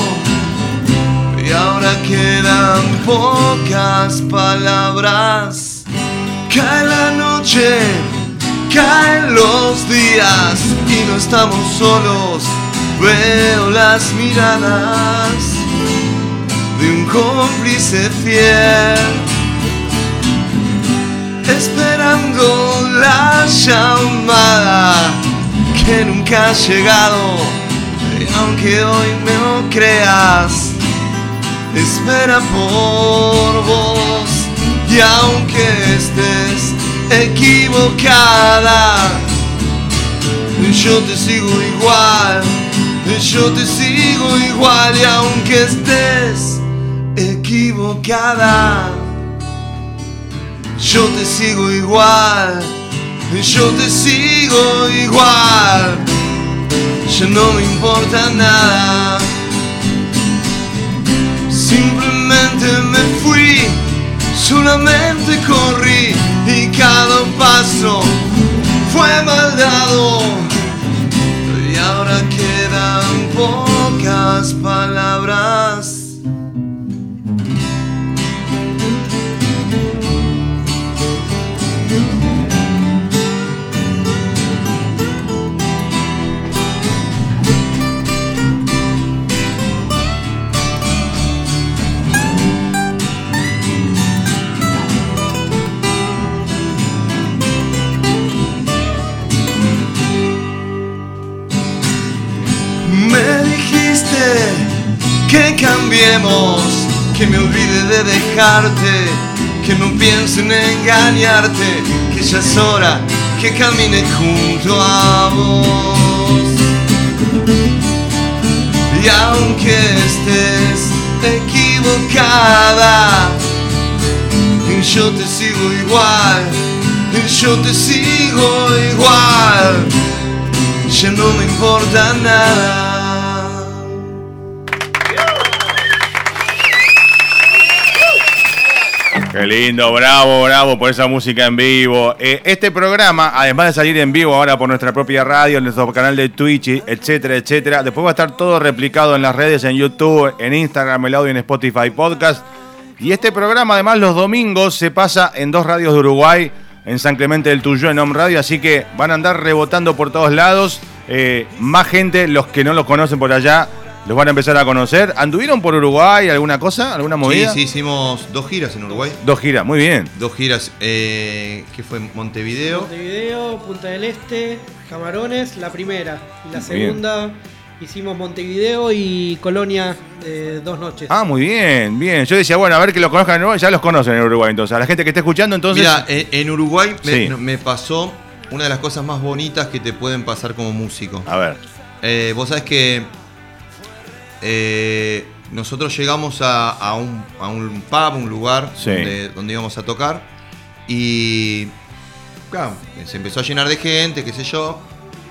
Y ahora quedan pocas palabras. Cae la noche, caen los días y no estamos solos. Veo las miradas de un cómplice fiel. Esperando la llamada que nunca ha llegado, y aunque hoy no creas, espera por vos. Y aunque estés equivocada, yo te sigo igual, yo te sigo igual y aunque estés equivocada, yo te sigo igual, yo te sigo igual, ya no me importa nada, simplemente me fui, solamente corrí y cada paso fue mal dado. Y ahora quedan pocas palabras. Me dijiste que cambiemos, que me olvide de dejarte, que no piense en engañarte, que ya es hora que camine junto a vos. Y aunque estés equivocada, yo te sigo igual, yo te sigo igual, ya no me importa nada. Qué lindo, bravo, bravo por esa música en vivo. Eh, este programa, además de salir en vivo ahora por nuestra propia radio, en nuestro canal de Twitch, etcétera, etcétera, después va a estar todo replicado en las redes, en YouTube, en Instagram, el audio, en Spotify Podcast. Y este programa, además, los domingos se pasa en dos radios de Uruguay, en San Clemente del Tuyó, en Home Radio, así que van a andar rebotando por todos lados. Eh, más gente, los que no los conocen por allá, Los van a empezar a conocer. ¿Anduvieron por Uruguay alguna cosa? ¿Alguna Sí, movida? sí, hicimos dos giras en Uruguay. Dos giras, muy bien. Dos giras, eh, que fue Montevideo. Montevideo, Punta del Este, Camarones, la primera. Y la Bien. segunda hicimos Montevideo y Colonia eh, dos noches. Ah, muy bien, bien. Yo decía, bueno, a ver que los conozcan en Uruguay, ya los conocen en Uruguay entonces. A la gente que está escuchando, entonces. Mira, en, en Uruguay me, Sí. no- me pasó una de las cosas más bonitas que te pueden pasar como músico. A ver. Eh, Vos sabés que eh, nosotros llegamos a, a un, a un pub, un lugar Sí. donde, donde íbamos a tocar y claro, se empezó a llenar de gente, qué sé yo.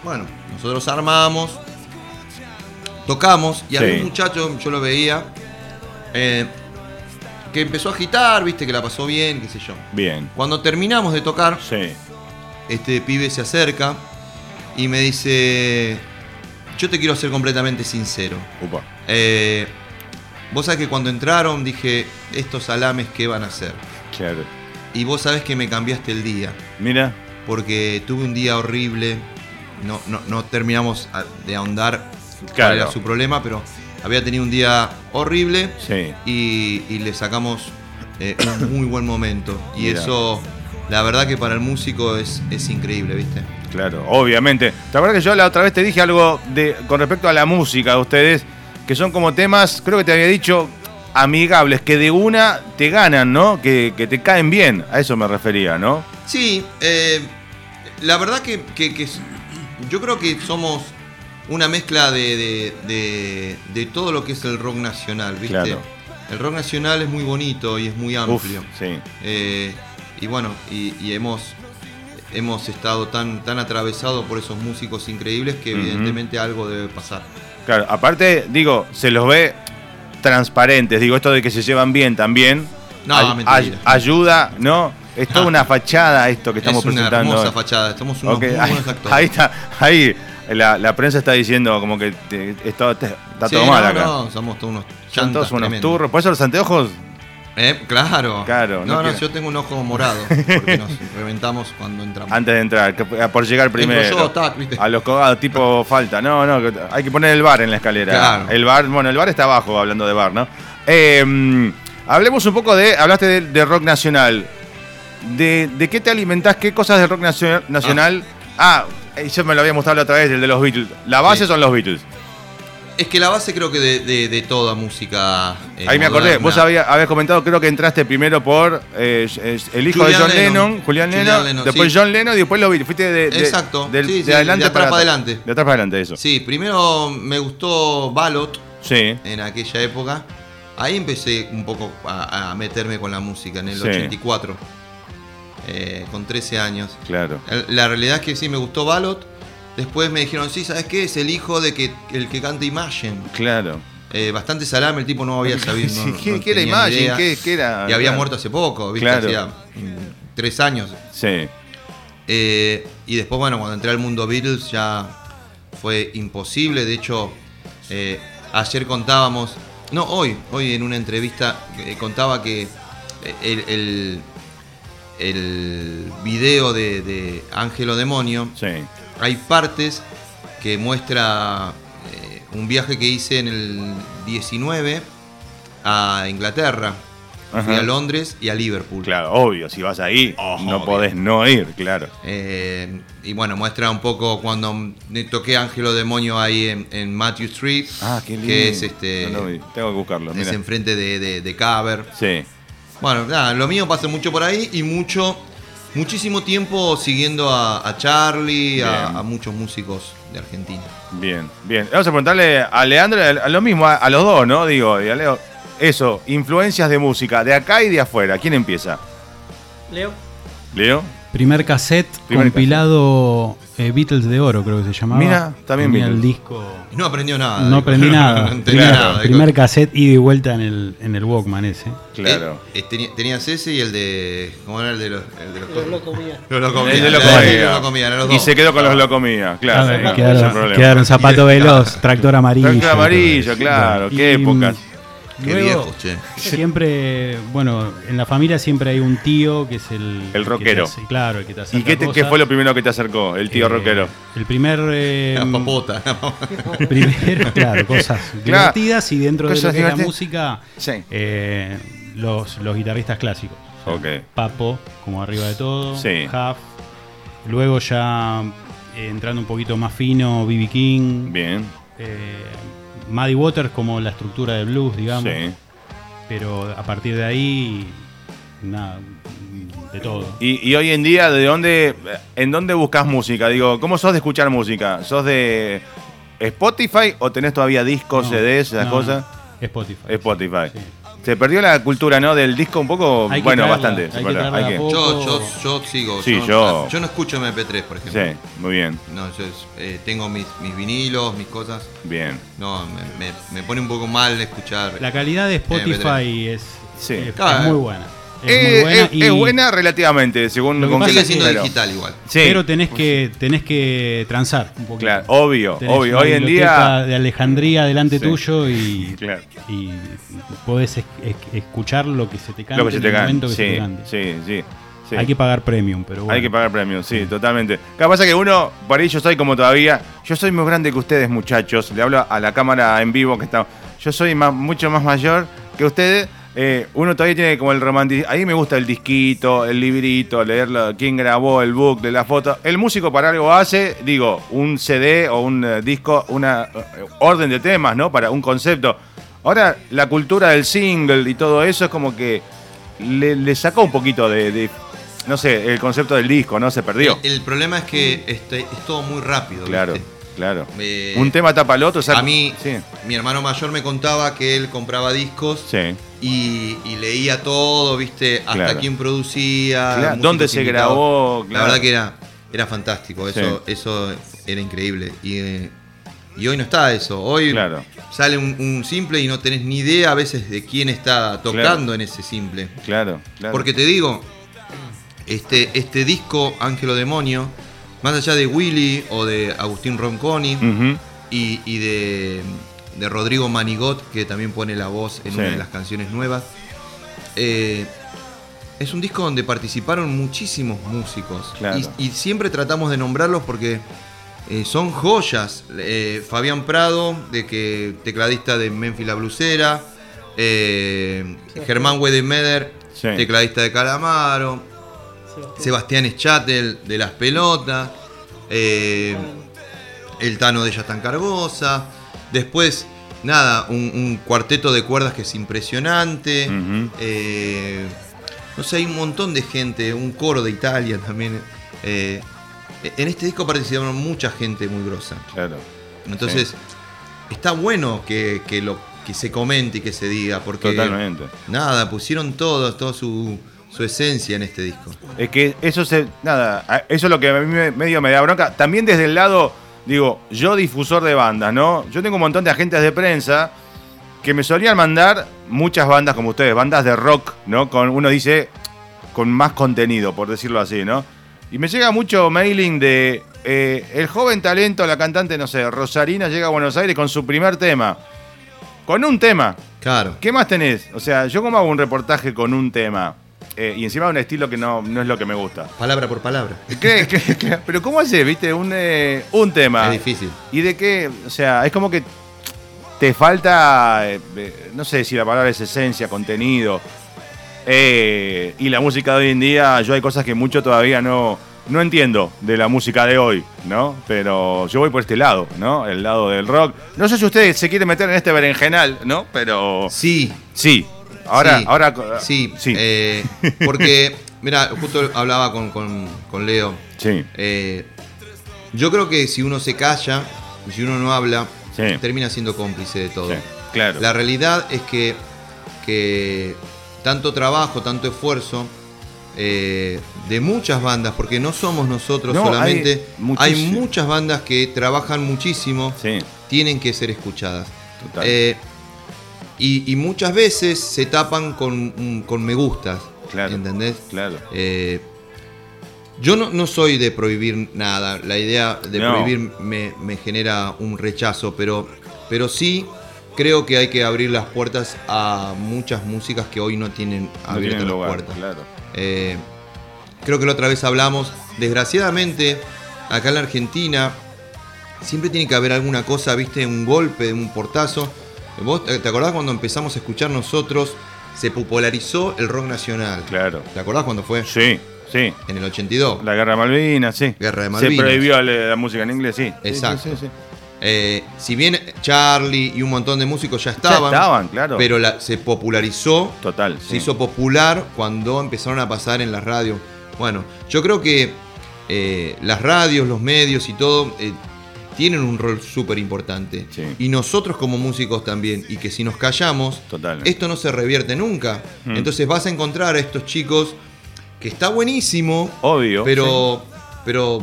Bueno, nosotros armamos, tocamos y había Sí. un muchacho, yo lo veía, eh, que empezó a agitar, viste, que la pasó bien, qué sé yo. Bien. Cuando terminamos de tocar, Sí. este pibe se acerca y me dice, yo te quiero ser completamente sincero. Upa. Eh, vos sabés que cuando entraron dije, estos alames, ¿qué van a hacer? Claro. Y vos sabés que me cambiaste el día, Mira. porque tuve un día horrible, no, no, no terminamos a- de ahondar cuál Claro. era su problema, pero había tenido un día horrible Sí. y, y le sacamos eh, un muy buen momento. Y Mirá. eso, la verdad que para el músico es, es increíble, ¿viste? Claro, obviamente. ¿Te acuerdas que yo la otra vez te dije algo de, con respecto a la música de ustedes? Que son como temas, creo que te había dicho, amigables, que de una te ganan, ¿no? Que, que te caen bien. A eso me refería, ¿no? Sí, eh, la verdad que, que- que s- yo creo que somos una mezcla de, de- de- de todo lo que es el rock nacional, ¿viste? Claro. El rock nacional es muy bonito y es muy Uf, amplio. sí. Eh, y bueno, y, y hemos, hemos estado tan, tan atravesados por esos músicos increíbles que Ujú. evidentemente algo debe pasar. Claro, aparte, digo, se los ve transparentes. Digo, esto de que se llevan bien también. No, Ay- ay- mentira. Ah. ayuda, ¿no? Es toda una fachada esto que estamos es una presentando. hermosa hoy. fachada, estamos unos Ok, muy ahí, buenos actores. ahí está, ahí la, la prensa está diciendo como que te- está, está Sí, todo mal no, acá. no, somos todos unos Son chantas todos unos tremendos. turros. Por eso los anteojos. Eh, claro. Claro, no No, no, quiero- yo tengo un ojo morado. Porque nos reventamos cuando entramos. Antes de entrar, que- por llegar primero. yo, tac, viste. A los cogados, tipo falta. No, no, que- hay que poner el bar en la escalera. Claro. El bar, bueno, el bar está abajo, hablando de bar, ¿no? Eh, mm, hablemos un poco de. Hablaste de, de rock nacional. De, de qué te alimentás? ¿Qué cosas de rock nacio- nacional? Ah, eh, yo me lo había mostrado la otra vez, el de los Beatles. La base Sí. son los Beatles. Es que la base creo que de, de- de toda música. eh, Ahí me acordé, moderna. vos habías, habías comentado, creo que entraste primero por eh, eh, el hijo de Julian John Lennon, Lennon. Julián Julian Lennon, Lennon, después sí. John Lennon y después lo vi. Fuiste de, de- Exacto, del- sí, de, sí, de adelante atrás para atrás. adelante. De atrás para adelante, eso. Sí. Sí, primero me gustó Ballot en aquella época. Ahí empecé un poco a, a meterme con la música en el Sí. 84. eh, con 13 años. claro. El- La realidad es que sí, me gustó Ballot. Después me dijeron, sí, ¿sabes qué? Es el hijo de que el que canta Imagine. Claro. Eh, bastante salame, el tipo no había sabido. no- Sí, no ¿qué, qué era tenía ni imagen? idea. ¿Qué, qué era? Y había Claro. muerto hace poco, ¿viste? Claro. Hacía mm, tres años. Sí, Eh, y después, bueno, cuando entré al mundo Beatles ya fue imposible. De hecho, eh, ayer contábamos, no, hoy, hoy en una entrevista eh, contaba que el, el- el video de, de Ángelo Demonio sí. hay partes que muestra eh, un viaje que hice en el 19 a Inglaterra. Fui Ajá. a Londres y a Liverpool. Claro, obvio, si vas ahí, Ojo, no podés no ir, claro. Eh, y bueno, muestra un poco cuando me toqué Ángelo Demonio ahí en, en Matthew Street. Ah, qué lindo. Que es este. No lo vi, Tengo que buscarlo, es mira. enfrente de, de, de Caber. Sí, Bueno, nada, lo mío pasa mucho por ahí y mucho. Muchísimo tiempo siguiendo a, a Charlie, Bien. a, a muchos músicos de Argentina. bien, bien. Vamos a preguntarle a Leandro, a lo mismo, a, a los dos, ¿no? Digo, y a Leo. Eso, influencias de música, de acá y de afuera. ¿Quién empieza? Leo. ¿Leo? Primer cassette Primer compilado eh, Beatles de Oro, creo que se llamaba. Mirá, también Tenía el Beatles. disco. Y no aprendió nada. No aprendí nada. no entendí Claro. nada. Primer cassette ida y vuelta en el, en el Walkman ese. Claro. Eh, eh, teni- tenías ese y el de. ¿Cómo era el de los, el de los, Los Locomía. Los Locomía. El de Los Locomía. Locomía, eran los Y dos. se quedó con los locomías, claro. Ah, no, no es el quedaron, problema. quedaron zapato veloz, tractor amarillo. Tractor amarillo, todo eso. claro, qué mm, épocas. Qué Luego, em, viejo, che. Siempre, bueno, en la familia siempre hay un tío que es el. El rockero. que te hace- claro, el que te ¿Y acerca qué, te- qué cosas. fue lo primero que te acercó el tío Eh, rockero? El primer. eh, La papota. primero, claro, cosas Claro. divertidas y dentro de Cosas lo que es la divertidas. música, Sí. eh, los, los guitarristas clásicos. Ok. Papo, como arriba de todo, Sí. Huff. Luego ya eh, entrando un poquito más fino, B.B. King. Bien. eh, Muddy Waters como la estructura del blues, digamos. Sí. Pero a partir de ahí, nada, de todo. Y, y hoy en día, ¿de dónde, en dónde buscas música? Digo, ¿cómo sos de escuchar música? ¿Sos de Spotify o tenés todavía discos, No, CDs, esas no, cosas? no, Spotify. Spotify. Sí. Se perdió la cultura, ¿no? Del disco un poco, Hay que bueno, traerla, bastante. hay se que perdió. traerla a poco. Yo, yo, yo sigo. Sí, yo, yo- no escucho MP3, por ejemplo. Sí, muy bien, No, yo es- eh, tengo mis, mis vinilos, mis cosas. bien. No, me, me- me pone un poco mal escuchar. La calidad de Spotify es, Eh, Sí. Ah, es- es Claro. muy buena. Es Eh, muy buena. es- y- es buena relativamente, según Lo que con qué- pasa Sigue es que- siendo pero- digital igual. Sí, Pero tenés que, tenés que transar un poquito. claro, obvio, Tenés obvio. una Hoy en biblioteca día. De Alejandría delante Sí. tuyo y, Claro. y podés es- es- escuchar lo que se te cante Lo que se en te el gana. momento que Sí, se te cante. sí, sí, sí. Hay que pagar premium, pero bueno. Hay que pagar premios, sí, totalmente. Lo que pasa es que uno, por ahí yo soy como todavía, yo soy más grande que ustedes, muchachos. Le hablo a la cámara en vivo que está. Yo soy más- mucho más mayor que ustedes. Eh, uno todavía tiene como el romanticismo. A mí me gusta el disquito, el librito, leerlo, quién grabó, el book, de la foto. El músico para algo hace, digo, un CD o un eh, disco, una eh, orden de temas, ¿no? Para un concepto. Ahora, la cultura del single y todo eso es como que le, le sacó un poquito de, de- no sé, el concepto del disco, ¿no? Se perdió. El, el problema es que este, es todo muy rápido. Claro, Eh, ¿viste? claro. Eh, Un tema tapa el otro, saca- A mí, Sí, mi hermano mayor me contaba que él compraba discos sí. y, y leía todo, ¿viste? Hasta Claro. quién producía. Claro, músicos dónde se invitados. grabó, claro. La verdad que era, era fantástico, eso, eso era increíble. Y, eh, y hoy no está eso. Hoy Claro. sale un, un simple y no tenés ni idea a veces de quién está tocando Claro. en ese simple. Claro, claro. Porque te digo, este, este disco, Ángelo Demonio, más allá de Willy o de Agustín Ronconi Ujú, y, y de, de Rodrigo Manigot, que también pone la voz en Sí. una de las canciones nuevas. Eh, es un disco donde participaron muchísimos músicos. Claro. Y, y siempre tratamos de nombrarlos porque eh, son joyas. Eh, Fabián Prado, de que tecladista de Memphis La Blusera. eh, Germán Wedemeder, Sí. tecladista de Calamaro. Sebastián Schatel de Las Pelotas, eh, el Tano de Yatán Cargosa, después, nada, un, un cuarteto de cuerdas que es impresionante, Ujú. eh, no sé, hay un montón de gente, un coro de Italia también. eh, en este disco participaron mucha gente muy grosa. Claro. Entonces, está bueno que, que lo, que se comente y que se diga, porque Totalmente. nada, pusieron todo, toda su, su esencia en este disco. Es que eso se. Nada, a- eso es lo que a mí me- medio me da bronca. También desde el lado, digo, yo difusor de bandas, ¿no? Yo tengo un montón de agentes de prensa que me solían mandar muchas bandas como ustedes, bandas de rock, ¿no? Con uno dice con más contenido, por decirlo así, ¿no? Y me llega mucho mailing de eh, el joven talento, la cantante, no sé, Rosarina llega a Buenos Aires con su primer tema. Con un tema. Claro. ¿Qué más tenés? O sea, yo como hago un reportaje con un tema eh, y encima un estilo que no, no es lo que me gusta. Palabra por palabra. ¿Qué- qué- qué? Pero ¿cómo haces, viste? Un, eh, un tema. Es difícil. ¿Y de qué? O sea, es como que te falta, eh, eh, no sé si la palabra es esencia, contenido. Eh, y la música de hoy en día, yo hay cosas que mucho todavía no, no entiendo de la música de hoy, ¿no? Pero yo voy por este lado, ¿no? El lado del rock. No sé si ustedes se quieren meter en este berenjenal, ¿no? Pero... Sí. Sí. Ahora, sí, ahora. Sí. Ah, Sí. eh, porque, mira, justo hablaba con, con- con Leo. sí. eh, yo creo que si uno se calla, si uno no habla, Sí. termina siendo cómplice de todo. sí, Claro. La realidad es que, que tanto trabajo, tanto esfuerzo eh, de muchas bandas, porque no somos nosotros No, hay solamente, hay, muchísimo. muchas bandas que trabajan muchísimo, Sí. tienen que ser escuchadas. Total. Eh, y, y muchas veces se tapan con, mm, con me gustas, Claro, ¿entendés? claro. Eh, yo no, no soy de prohibir nada, la idea de No. prohibir me, me genera un rechazo, pero, pero sí creo que hay que abrir las puertas a muchas músicas que hoy no tienen No abiertas tienen las lugar, puertas. claro. Eh, creo que la otra vez hablamos, desgraciadamente, acá en la Argentina siempre tiene que haber alguna cosa, viste, un golpe, un portazo. ¿Vos te te acordás cuando empezamos a escuchar nosotros? Se popularizó el rock nacional. Claro. ¿Te acordás cuando fue? Sí, sí. En el 82. La guerra de Malvinas, sí. Guerra de Se Malvinas. prohibió la, la música en inglés, sí. Sí, Exacto. sí, sí, sí. Eh, si bien Charlie y un montón de músicos ya Ya estaban, estaban, claro. pero la- se popularizó Total. se sí. hizo popular cuando empezaron a pasar en las radios. Bueno, yo creo que eh, las radios, los medios y todo eh, tienen un rol súper importante. Sí. Y nosotros como músicos también. Y que si nos callamos, Total. esto no se revierte nunca. Mm. Entonces vas a encontrar a estos chicos que está buenísimo, Obvio. pero, pero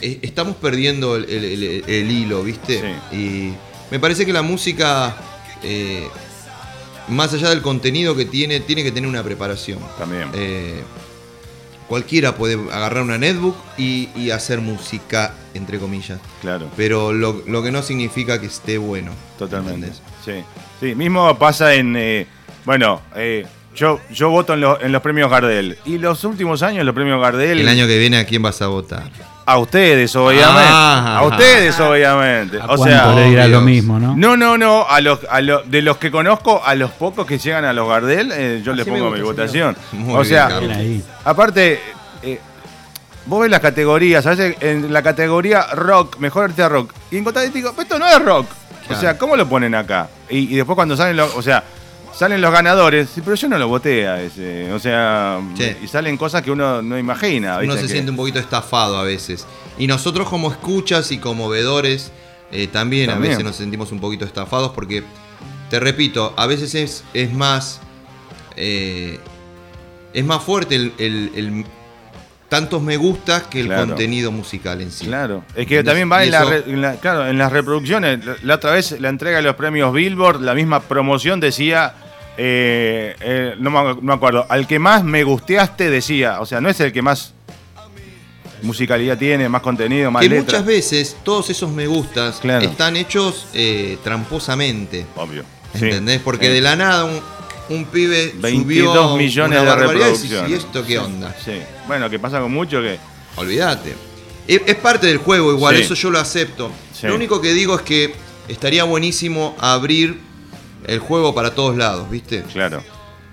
eh, estamos perdiendo el, el- el- el hilo, ¿viste? Y me parece que la música, eh, más allá del contenido que tiene, tiene que tener una preparación. sí, También. Eh, cualquiera puede agarrar una netbook y, y hacer música, entre comillas. claro. Pero lo, lo que no significa que esté bueno. Totalmente. ¿entendés? Sí. Sí, mismo pasa en. eh, bueno, eh, yo, yo voto en, lo- en los premios Gardel. Y los últimos años, los premios Gardel. El año que viene, ¿a quién vas a votar? A ustedes, obviamente. Ah. a ustedes, obviamente. ¿A O cuánto sea. le dirá Dios. lo mismo, ¿no? No, no, no. A los, a los- de los que conozco, a los pocos que llegan a los Gardel, eh, yo le Así me pongo mi gusta, votación. Muy o bien, sea, Carlos. Bien ahí. Aparte, eh, vos ves las categorías, a veces en la categoría rock, mejor artista rock, y encontrás y te digo, "Pero esto no es rock. O Claro. sea, ¿cómo lo ponen acá? Y, y después cuando salen los, o sea, salen los ganadores, "Sí, pero yo no lo voté a ese. O sea, Sí. y salen cosas que uno no imagina. Uno Ah, ¿viste? se Que- siente un poquito estafado a veces. Y nosotros como escuchas y como vedores, eh, también, a También. veces nos sentimos un poquito estafados porque, te repito, a veces es, es más... eh, es más fuerte el, el- el- tantos me gustas que el Claro. contenido musical en sí. Claro, es que ¿Entendés? también va Y en, la eso- re- en la- claro, en las reproducciones. La, la otra vez la entrega de los premios Billboard, la misma promoción decía, eh, eh, no me ac- no me acuerdo, al que más me gusteaste decía, o sea, no es el que más musicalidad tiene, más contenido, más Que letra. muchas veces todos esos me gustas Claro. están hechos eh, tramposamente. Obvio. sí. Eh, ¿Entendés? Porque Sí. de la nada un, un pibe 22 subió millones una de barbaridad y decís, reproducciones. ¿Y esto qué onda? Sí. Bueno, que pasa con mucho que... Olvídate. Es, es parte del juego igual, Sí. eso yo lo acepto. Sí. Lo único que digo es que estaría buenísimo abrir el juego para todos lados, ¿viste? Claro.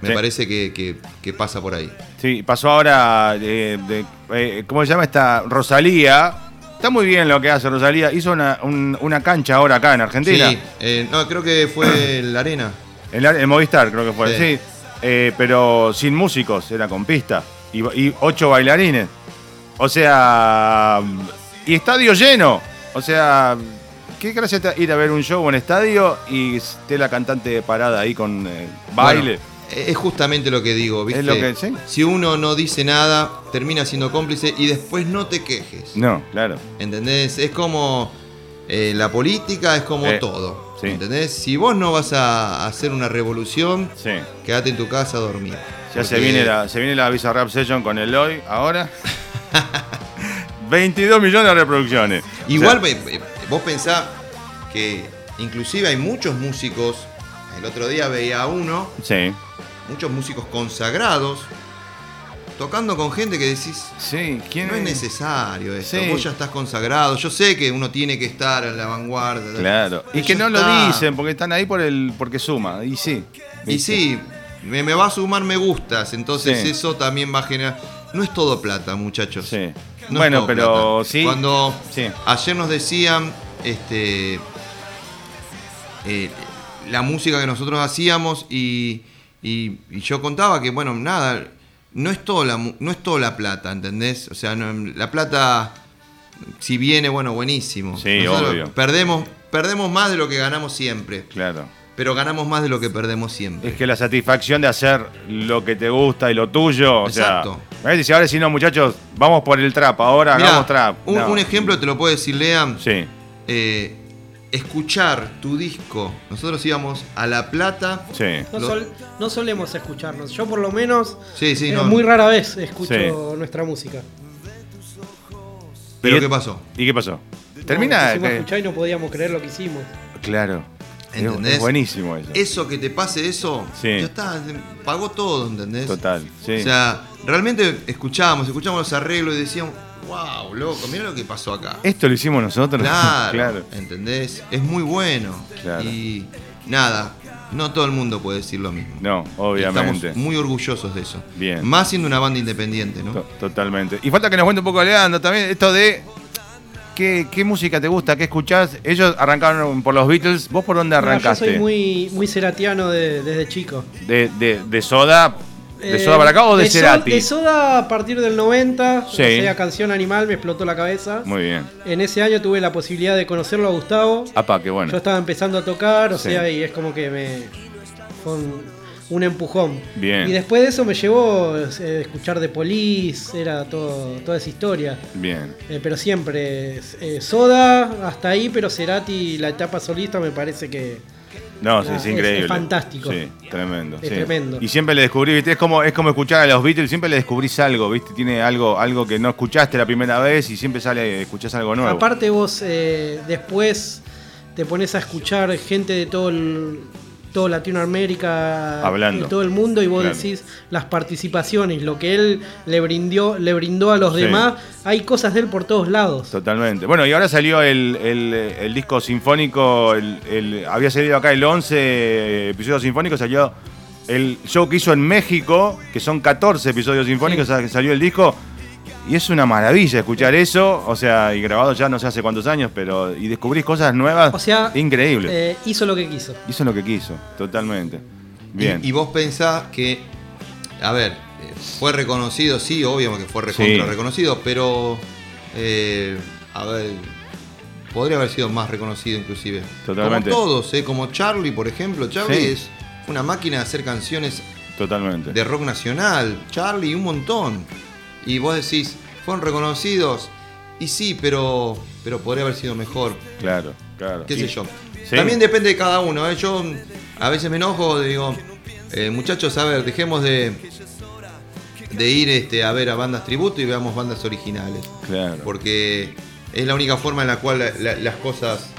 Me Sí. parece que, que- que pasa por ahí. Sí, pasó ahora, eh, de, eh, ¿cómo se llama esta? Rosalía. Está muy bien lo que hace Rosalía. Hizo una, un- una cancha ahora acá en Argentina. Sí, eh, no, creo que fue la arena. El, el Movistar creo que fue, sí. Sí. Eh, pero sin músicos, era con pista. Y, y ocho bailarines. O sea. Y estadio lleno. O sea. ¿Qué gracia está ir a ver un show en estadio y esté la cantante parada ahí con eh, baile? Bueno, e, es justamente lo que digo, ¿viste? Es lo que- sí. Si uno no dice nada, termina siendo cómplice y después no te quejes. No, claro. ¿Entendés? Es como eh, la política, es como Eh, todo. sí. ¿Entendés? Si vos no vas a hacer una revolución, Sí. quédate en tu casa a dormir. Ya se Porque viene, la, se viene la Visa Rap Session con Eloy ahora. 22 millones de reproducciones. O sea, Igual eh, eh, vos pensás que inclusive hay muchos músicos, el otro día veía a uno, sí. muchos músicos consagrados, tocando con gente que decís, Sí, ¿quién no es necesario esto, Sí. vos ya estás consagrado, yo sé que uno tiene que estar en la vanguardia. Claro. Y Pero que ya no lo está. dicen porque están ahí por el porque suma. Y sí. Y sí, me, me va a sumar me gustas, entonces Sí. eso también va a generar... No es todo plata, muchachos. Sí. No bueno, es todo pero plata. sí. Cuando Sí. ayer nos decían, este, eh, la música que nosotros hacíamos y, y- y yo contaba que, bueno, nada, no es todo la, mu- no es todo la plata, ¿entendés? O sea, no- la plata, si viene, bueno, buenísimo. Sí, obvio. Perdemos, perdemos más de lo que ganamos siempre, Claro. pero ganamos más de lo que perdemos siempre. Es que la satisfacción de hacer lo que te gusta y lo tuyo. O Exacto. sea. ¿Ves? Dice, ahora sí, no, muchachos, vamos por el trap. Ahora Mirá, hagamos trap. un, No. un ejemplo te lo puedo decir, Lean. Sí. eh, escuchar tu disco. Nosotros íbamos a La Plata. Sí. No, Lo- sol- no solemos escucharnos. Yo por lo menos Sí, sí, eh, no. muy rara vez escucho Sí. nuestra música. Pero ¿Y- ¿qué pasó? ¿Y qué pasó? No, Termina. nos pusimos a que- escuchar y no podíamos creer lo que hicimos. Claro. Es- ¿Entendés? es buenísimo eso. Eso que te pase eso, Sí. ya está, pagó todo, ¿entendés? Total, sí. O sea, realmente escuchábamos, escuchábamos los arreglos y decíamos, wow, loco, mira lo que pasó acá. Esto lo hicimos nosotros. Claro, claro. ¿entendés? Es muy bueno. Claro. Y nada, no todo el mundo puede decir lo mismo. No, obviamente. Estamos muy orgullosos de eso. Bien. Más siendo una banda independiente, ¿no? To- Totalmente. Y falta que nos cuente un poco Leandro también esto de qué, qué música te gusta, qué escuchás. Ellos arrancaron por los Beatles. ¿Vos por dónde No, yo arrancaste? soy muy, muy seratiano de- desde chico. de, de- de soda? ¿De Eh, soda para acá o de, so- Cerati? de soda a partir del 90, Sí. o sea, canción animal, me explotó la cabeza. muy bien. En ese año tuve la posibilidad de conocerlo a Gustavo. Apa, qué Yo Ah, bueno. estaba empezando a tocar, o Sí. sea, y es como que me. fue un, un empujón. Bien. Y después de eso me llevó eh, a escuchar de Police, era todo, toda esa historia. Bien. Eh, pero siempre, eh, Soda hasta ahí, pero Cerati, la etapa solista, me parece que. No, sí, Ah, es es- increíble. es fantástico. Sí, tremendo. Es sí. tremendo. Y siempre le descubrí, ¿viste? Es como, es como escuchar a los Beatles, siempre le descubrís algo, ¿viste? Tiene algo, algo que no escuchaste la primera vez y siempre sale, escuchás algo nuevo. Aparte, vos eh, después te pones a escuchar gente de todo el. Todo Latinoamérica, Hablando. de todo el mundo, y vos Claro. decís las participaciones, lo que él le brindó, le brindó a los Sí. demás. Hay cosas de él por todos lados. Totalmente. Bueno, y ahora salió el, el- el disco sinfónico, el, el- había salido acá el 11 episodio sinfónico, salió el show que hizo en México, que son 14 episodios sinfónicos, sa- salió el disco. Y es una maravilla escuchar eso, o sea, y grabado ya no sé hace cuántos años, pero y descubrís cosas nuevas, O sea, increíble. eh, hizo lo que quiso. Hizo lo que quiso, totalmente. Bien. Y, y vos pensás que, a ver, eh, fue reconocido, sí, obvio que fue recontra Sí. reconocido, pero, eh, a ver, podría haber sido más reconocido inclusive. Totalmente. Como todos, eh, como Charlie, por ejemplo. Charlie Sí. es una máquina de hacer canciones totalmente. de rock nacional, Charlie, un montón. Y vos decís, fueron reconocidos, y sí, pero, pero podría haber sido mejor Claro, claro. qué Y- sé yo. Sí. También depende de cada uno. ¿eh? Yo mm, a veces me enojo, digo, eh, muchachos, a ver, dejemos de, de ir este, a ver a bandas tributo y veamos bandas originales. Claro. Porque es la única forma en la cual la- la- las cosas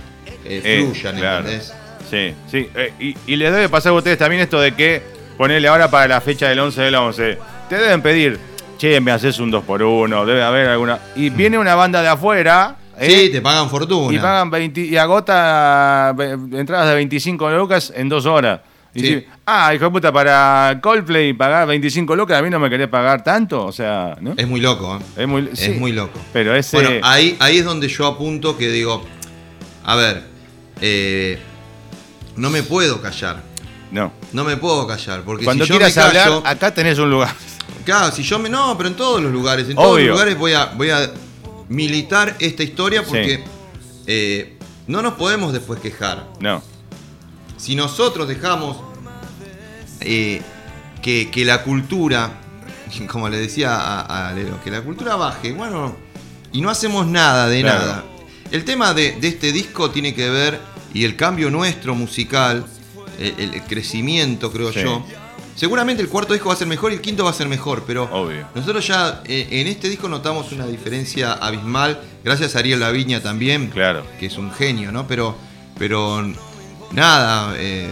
eh, Eh, fluyan, claro. ¿entendés? Sí, sí. Eh, y, y les debe pasar a ustedes también esto de que ponerle ahora para la fecha del 11 del 11. Te deben pedir, che, me haces un 2x1, debe haber alguna. Y viene una banda de afuera. Mm. Sí, eh, te pagan fortuna. y pagan 20 y agota ve- entradas de 25 lucas en dos horas. Y Sí. si- ah, hijo de puta, para Coldplay pagar 25 lucas, a mí no me querés pagar tanto, o sea, ¿no? Es muy loco, ¿eh? Es muy, sí. Es muy loco. Pero ese. Bueno, ahí, ahí es donde yo apunto que digo, a ver, eh, no me puedo callar. no. No me puedo callar, porque Cuando si yo quieras me hablar, callo, acá tenés un lugar. Claro, si yo me. No, pero en todos los lugares. En todos Obvio. los lugares voy a, voy a militar esta historia porque eh, no nos podemos después quejar. No. Si nosotros dejamos eh, que, que la cultura, como le decía a, a Lelo, que la cultura baje, bueno, y no hacemos nada de Claro. nada. El tema de, de este disco tiene que ver, y el cambio nuestro musical, eh, el, el crecimiento, creo Sí. yo. Seguramente el cuarto disco va a ser mejor y el quinto va a ser mejor, pero Obvio. nosotros ya eh, en este disco notamos una diferencia abismal, gracias a Ariel Laviña también, Claro. que es un genio, ¿no? Pero, pero nada, eh,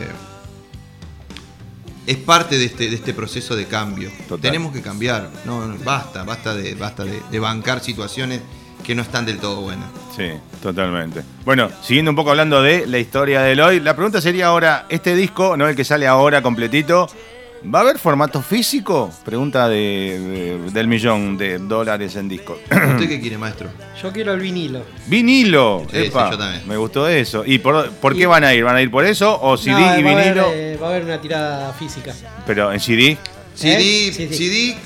es parte de este, de este proceso de cambio. Total. Tenemos que cambiar, no, no, basta, basta, de, basta de, de bancar situaciones que no están del todo buenas. Sí, totalmente. Bueno, siguiendo un poco hablando de la historia de Eloy, la pregunta sería ahora, este disco, no el que sale ahora completito, ¿va a haber formato físico? Pregunta de- de- del millón de dólares en disco. ¿Usted qué quiere, maestro? Yo quiero el vinilo. vinilo, Sí, sí, epa, yo también. me gustó eso. ¿Y por, por qué Y- van a ir? ¿Van a ir por eso o CD Nada, y va, a haber, vinilo? eh, va a haber una tirada física. Pero en CD, CD, Sí, sí. CD, eh,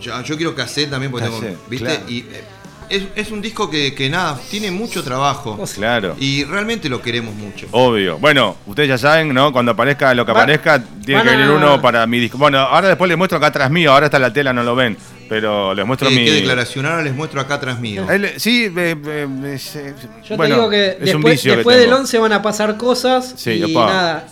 yo, yo quiero cassette también, porque tengo- Cassette, ¿viste? claro. Y, eh, es, es un disco que, que nada, tiene mucho trabajo. O sea, claro. Y realmente lo queremos mucho. Obvio. Bueno, ustedes ya saben, ¿no? Cuando aparezca lo que Va- aparezca, tiene van que venir a- uno para mi disco. Bueno, ahora después les muestro acá atrás mío, ahora está la tela, no lo ven, pero les muestro Eh, mi... Qué declaración, ahora les muestro acá atrás mío. Él- sí, eh, eh, es, eh, Yo bueno, te digo que es un después, vicio que después del tengo. 11 van a pasar cosas Sí, y opa. nada.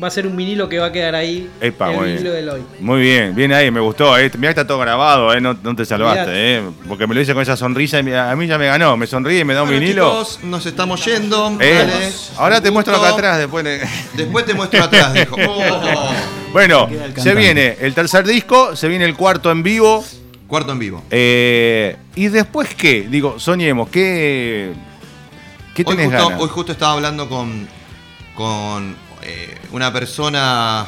va a ser un vinilo que va a quedar ahí. Epa, el muy vinilo bien. del hoy. Muy bien, bien ahí, me gustó. Eh. Mirá que está todo grabado, eh. no, no te salvaste. Mirá. Eh. Porque me lo hice con esa sonrisa y me- a mí ya me ganó. Me sonríe y me da un Bueno, vinilo. chicos, nos estamos yendo. Eh, Dale. Ahora te Un muestro gusto. acá atrás, después. le- Después te muestro atrás, dijo. Oh. Bueno, queda el se cantante. viene el tercer disco, se viene el cuarto en vivo. Cuarto en vivo. eh, ¿Y después qué? Digo, soñemos, ¿qué, qué Hoy tenés justo, ganas? hoy justo estaba hablando con, con eh, una persona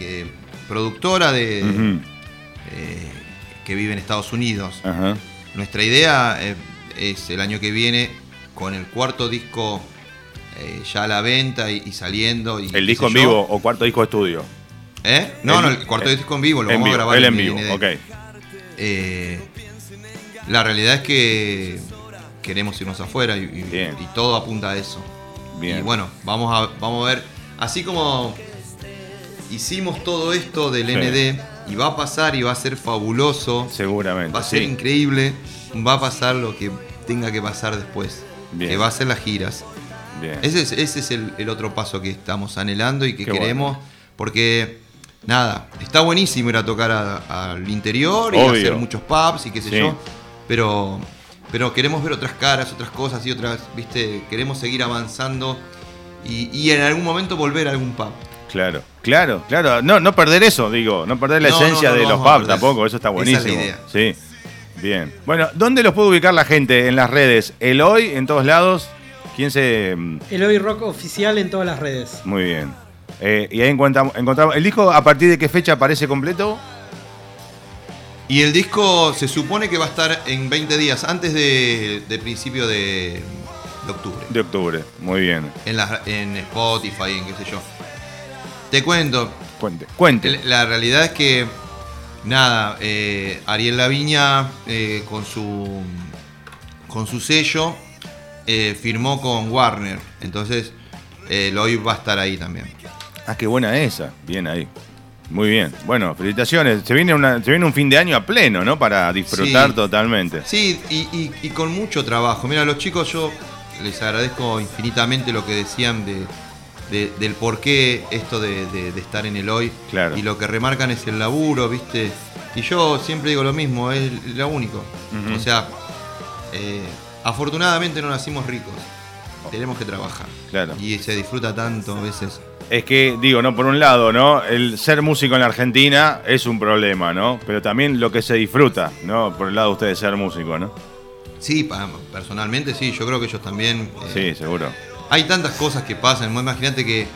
eh, productora de, Ujú, eh, que vive en Estados Unidos. ajá. Nuestra idea eh, es el año que viene, con el cuarto disco eh, ya a la venta y, y saliendo. Y, ¿El qué disco sé en yo. vivo o cuarto disco de estudio? ¿Eh? No, El- no, el cuarto el- disco en vivo, lo en vamos vivo, a grabar el el en que vivo, viene de- ok. Eh, la realidad es que queremos irnos afuera y, y- Bien. y todo apunta a eso. Bien. Y bueno, vamos a, vamos a ver. Así como hicimos todo esto del Sí. ND, y va a pasar y va a ser fabuloso, Seguramente. va a ser sí. increíble, va a pasar lo que tenga que pasar después. Bien. Que va a ser las giras. Bien. Ese es, ese es el, el otro paso que estamos anhelando y que Qué queremos, porque nada, está buenísimo ir a tocar a- al interior y Obvio. hacer muchos pubs y qué sé Sí. yo, pero, pero queremos ver otras caras, otras cosas y otras, viste, queremos seguir avanzando y, y en algún momento volver a algún pub. Claro, claro, claro. No, no perder eso, digo. No perder la No, esencia no, no, de no los vamos a pubs perder tampoco. Eso está eso. Esa es la buenísimo. Sí. Bien. Bueno, ¿dónde los puede ubicar la gente en las redes? El hoy, en todos lados. ¿Quién se...? mm? El hoy rock oficial en todas las redes. Muy bien. Eh, y ahí encuentra- encontramos... ¿El disco a partir de qué fecha aparece completo? Y el disco se supone que va a estar en 20 días, antes de, de principio de, de octubre. De octubre. Muy bien. En, las- en Spotify, en qué sé yo. Te cuento, Cuente. Cuente. El- La realidad es que, nada, eh, Ariel Laviña eh, con, su, con su sello eh, firmó con Warner. Entonces, eh, Loy va a estar ahí también. Ah, qué buena esa. Bien ahí. Muy bien. Bueno, felicitaciones. Se viene, una, se viene un fin de año a pleno, ¿no? Para disfrutar Sí. totalmente. Sí, y, y- y con mucho trabajo. Mira, los chicos, yo les agradezco infinitamente lo que decían de, de- del por qué esto de, de- de estar en el hoy. Claro. Y lo que remarcan es el laburo, ¿viste? Y yo siempre digo lo mismo, es lo único. Ujú. O sea, eh, afortunadamente no nacimos ricos. Tenemos que trabajar. Claro. Y se disfruta tanto a veces. Es que, digo, ¿no? Por un lado, ¿no? El ser músico en la Argentina es un problema, ¿no? Pero también lo que se disfruta, ¿no? Por el lado de ustedes ser músico, ¿no? Sí, pa- personalmente sí, yo creo que ellos también. eh, Sí, seguro. Hay tantas cosas que pasan. Vos Imagínate que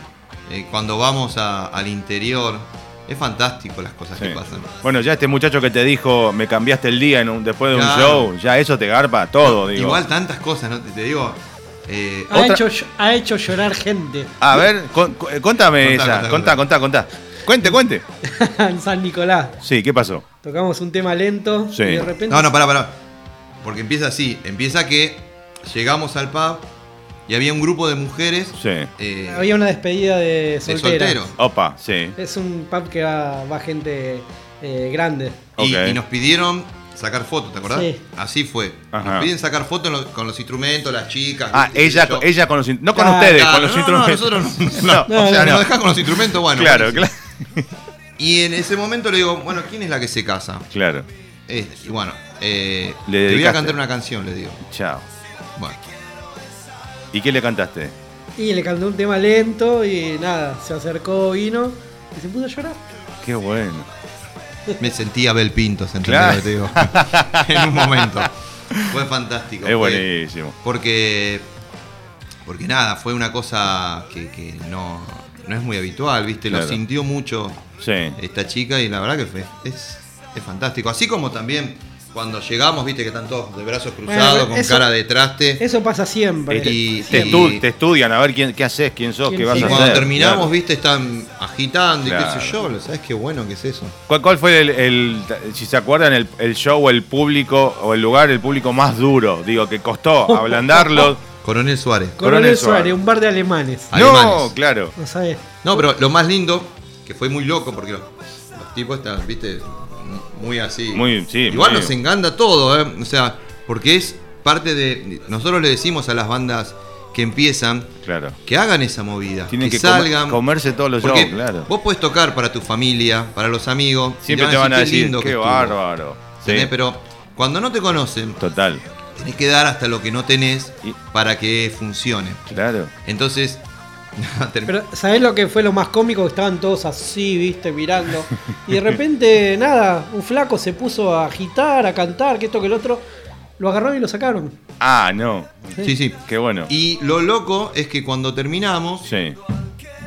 eh, cuando vamos a- al interior, es fantástico las cosas Sí. que pasan. Bueno, ya este muchacho que te dijo, me cambiaste el día en un- después de un Claro. show, ya eso te garpa todo, digo. Igual tantas cosas, ¿no? Te, te digo. eh, Ha Otra- hecho, ll- ha hecho llorar gente A ver, con- con- eh, contame Contá, esa. Contá, contá, contá, contá. Cuente, cuente. en San Nicolás. Sí, ¿qué pasó? Tocamos un tema lento Sí. y de repente. No, no, pará, pará. Porque empieza así. Empieza que llegamos al pub y había un grupo de mujeres. Sí. eh, Había una despedida de de soltera. soltero. Opa, sí. Es un pub que va, va gente eh, grande. Y, Ok. y nos pidieron sacar fotos, ¿te acordás? Sí. Así fue. Ajá. Nos piden sacar fotos en lo- con los instrumentos, las chicas. Ah, ¿viste? Qué sé ella, yo. ella con los in- No con Claro, ustedes, Claro, con los no, no, instrumentos. nosotros no. No, o sea, no, nos no. dejás con los instrumentos, bueno. claro, buenísimo. claro. Y en ese momento le digo, bueno, ¿quién es la que se casa? Claro. Este, y bueno, eh, Le te voy dedicaste. a cantar una canción, le digo. Chao. Bueno, ¿Y qué le cantaste? Y le cantó un tema lento y nada, se acercó, vino y se puso a llorar. Qué bueno. me sentí Abel Pinto, ¿se Claro. entiende lo que te digo? en un momento. Fue fantástico. Es fue- buenísimo. Porque, porque nada, fue una cosa que, que no, no es muy habitual, ¿viste? Lo Claro. sintió mucho Sí. esta chica y la verdad que fue, es, es fantástico. Así como también cuando llegamos, ¿viste? Que están todos de brazos cruzados, con eso- cara de traste. Eso pasa siempre. Te, Eh, Y- te y- estu- te estudian a ver quién, qué haces, quién sos, ¿Quién qué vas sos? a Y hacer. cuando terminamos, Claro. viste, están agitando y Claro. qué sé yo, ¿sabes qué bueno que es eso? ¿Cuál, cuál fue el, el- si se acuerdan, el, el show, el público o el lugar, el público más duro? Digo, que costó ablandarlo. Coronel Suárez. Coronel, Coronel Suárez, Suárez. un bar de alemanes. no, Alemanes. claro. No sabes. No, pero lo más lindo, que fue muy loco, porque los, los tipos están, viste, muy así. Muy- sí, Igual muy- nos encanta todo, ¿eh? O sea, porque es parte de. Nosotros le decimos a las bandas que empiezan, Claro. que hagan esa movida, Tienen que, que comer- salgan. comerse todos los Porque shows, claro. Vos podés tocar para tu familia, para los amigos. y Siempre te van a qué decir, lindo que qué estuvo", bárbaro. Sí, ¿entendés? Pero cuando no te conocen, total, tenés que dar hasta lo que no tenés Y- para que funcione. claro. Entonces, term- Pero, ¿sabés lo que fue lo más cómico? Estaban todos así, viste, mirando. Y de repente, nada, un flaco se puso a agitar, a cantar, que esto, que el otro. Lo agarraron y lo sacaron. Ah, no. sí, sí. Qué bueno. Y lo loco es que cuando terminamos, Sí.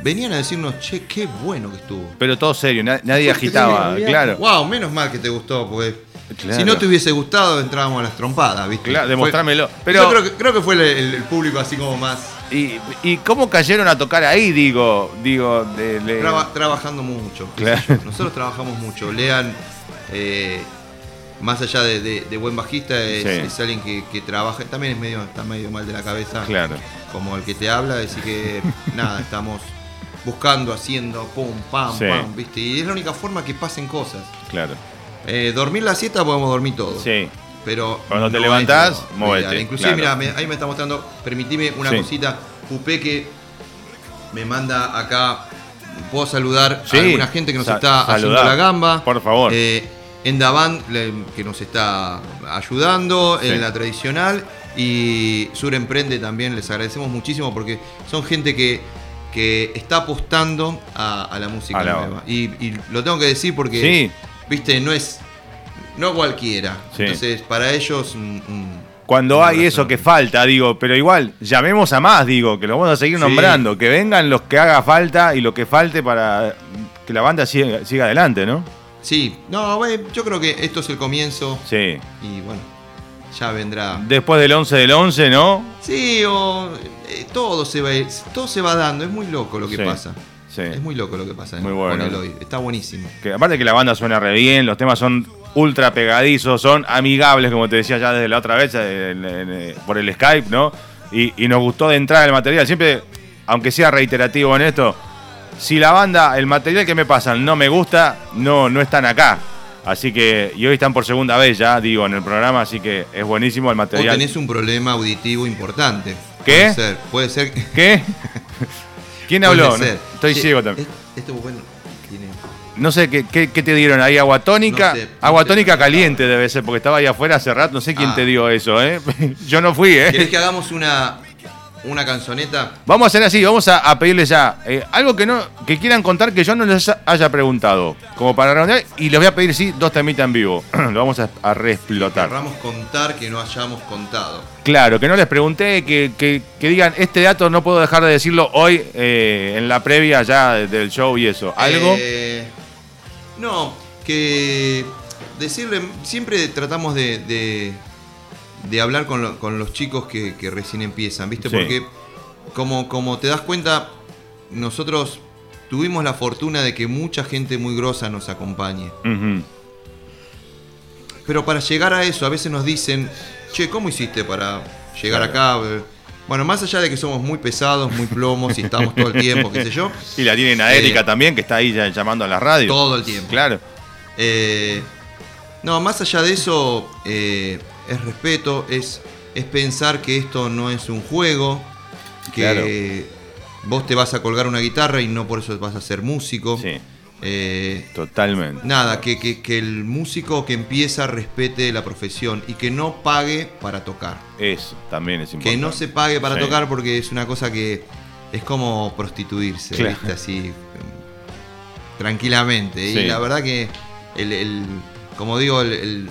venían a decirnos, che, qué bueno que estuvo. Pero todo serio, na- nadie agitaba, Sí, claro. Wow, menos mal que te gustó, porque Claro. si no te hubiese gustado, entrábamos a las trompadas, ¿viste? Claro, Fue- demostrármelo. Pero- Yo creo que, creo que fue el, el- el público así como más. ¿Y, y cómo cayeron a tocar ahí, digo? Digo, de, de- traba- trabajando mucho. qué Claro. sé yo. Nosotros trabajamos mucho. Lean, eh, más allá de, de- de buen bajista, es, Sí. es alguien que, que trabaja. También es medio, está medio mal de la cabeza. Claro. Como el que te habla, así que nada, estamos buscando, haciendo, pum, pam, Sí. pam, ¿viste? Y es la única forma que pasen cosas. Claro. Eh, dormir la siesta podemos dormir todos. Sí. Pero Cuando te no levantás, es lo movete, ideal. Inclusive, claro. mira, ahí me está mostrando, permitime una Sí. cosita, Pupé que me manda acá, puedo saludar Sí. a alguna gente que nos Sa- está saludá, haciendo la gamba. por favor. Eh, Endavan, le- que nos está ayudando Sí. en la tradicional. Y Sur Emprende también les agradecemos muchísimo porque son gente que, que está apostando a, a la música A la- nueva. Y, y lo tengo que decir porque, Sí. viste, no es no cualquiera. Sí. Entonces, para ellos. mm, mm, Cuando un hay abrazo. eso que falta, digo, pero igual, llamemos a más, digo, que lo vamos a seguir Sí. nombrando, que vengan los que haga falta y lo que falte para que la banda siga, siga adelante, ¿no? Sí, no, güey, yo creo que esto es el comienzo. Sí. Y bueno, ya vendrá. Después del 11 del 11, ¿no? Sí, o. eh, todo, se va, todo se va dando. Es muy loco lo que Sí. pasa. Sí. Es muy loco lo que pasa Muy con bueno. el hoy. Está buenísimo. Que aparte que la banda suena re bien, los temas son ultra pegadizos, son amigables, como te decía ya desde la otra vez, eh, en- en- eh, por el Skype, ¿no? Y, y nos gustó de entrada el material. Siempre, aunque sea reiterativo en esto, si la banda, el material que me pasan no me gusta, no, no están acá. Así que, y hoy están por segunda vez ya, digo, en el programa, así que es buenísimo el Vos material. tenés un problema auditivo importante. ¿Qué? Puede ser. Puede ser. ¿Qué? ¿Quién habló? puede ser. Estoy Che, ciego también. es- Este bueno tiene. No sé, ¿qué, qué, qué te dieron ahí? ¿Agua tónica? No sé, no agua sé. tónica caliente debe ser, porque estaba ahí afuera hace rato. No sé quién Ah. te dio eso, ¿eh? Yo no fui, ¿Querés ¿eh? que hagamos una, una canzoneta? Vamos a hacer así, vamos a, a pedirles ya eh, algo que no que quieran contar que yo no les haya preguntado, como para redondear, y les voy a pedir, sí, dos temitas en vivo. Lo vamos a, a reexplotar. Querramos contar que no hayamos contado. Claro, que no les pregunté, que, que- que digan, este dato no puedo dejar de decirlo hoy eh, en la previa ya del show y eso. ¿Algo? Eh, no, que decirle, siempre tratamos de, de- de hablar con, lo- con los chicos que, que recién empiezan, ¿viste? Sí. Porque como, como te das cuenta, nosotros tuvimos la fortuna de que mucha gente muy grosa nos acompañe. Ujú. Pero para llegar a eso, a veces nos dicen, che, ¿cómo hiciste para llegar acá? Bueno, más allá de que somos muy pesados, muy plomos y estamos todo el tiempo, qué sé yo, Y la tienen a Eh, Erika también, que está ahí ya llamando a la radio. todo el tiempo. Claro. Eh, no, más allá de eso, eh, es respeto, es, es pensar que esto no es un juego, que vos te vas a colgar una guitarra y no por eso vas a ser músico. Sí. Eh, Totalmente. nada, que, que- que el músico que empieza respete la profesión y que no pague para tocar. Eso también es importante. Que no se pague para Sí. tocar porque es una cosa que es como prostituirse, Claro. ¿viste? Así, eh, tranquilamente. Sí. Y la verdad que, el, el- como digo, el, el-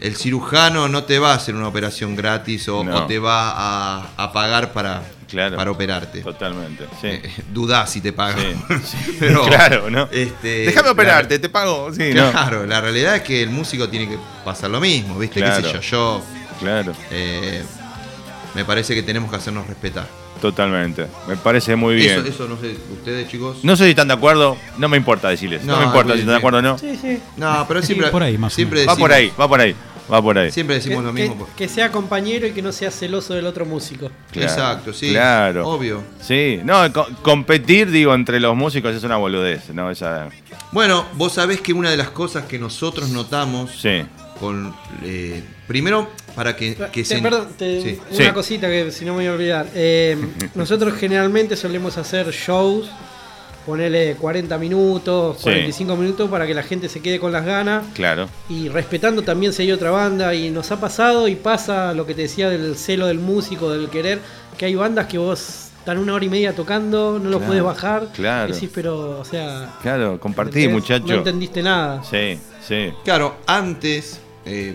el cirujano no te va a hacer una operación gratis o, No. o te va a, a pagar para, Claro. para operarte. Totalmente. Sí. Eh, dudá si te pagan. Sí, sí. Pero, claro, ¿no? este, Déjame la- operarte, te pago. Sí, no. Claro, la realidad es que el músico tiene que pasar lo mismo, ¿viste? ¿Qué sé Claro. yo? Yo Claro, eh, me parece que tenemos que hacernos respetar. totalmente. Me parece muy bien. Eso, eso no sé, ustedes chicos. No sé si están de acuerdo, no me importa decirles. No, No, me importa bien, si están de acuerdo o no. Sí, sí. No, pero siempre. por ahí, más o siempre Va decimos, por ahí, va por ahí, va por ahí. Siempre Que, decimos lo que- mismo. pues. que sea compañero y que no sea celoso del otro músico. Claro, Exacto, sí. Claro. Obvio. Sí, no, co- competir, digo, entre los músicos es una boludez, ¿no? Esa, Bueno, vos sabés que una de las cosas que nosotros notamos sí, con. eh, primero, para que, que Te- se. perdón, te- Sí. una Sí. cosita que si no me voy a olvidar. Eh, nosotros generalmente solemos hacer shows, ponerle 40 minutos, Sí. 45 minutos para que la gente se quede con las ganas Claro. y respetando también si hay otra banda y nos ha pasado y pasa lo que te decía del celo del músico, del querer, que hay bandas que vos están una hora y media tocando, no lo Claro, puedes bajar, claro. decís, pero o sea, Claro, compartí, ¿entendés? no muchacho. entendiste nada. Sí, sí. Claro, antes eh,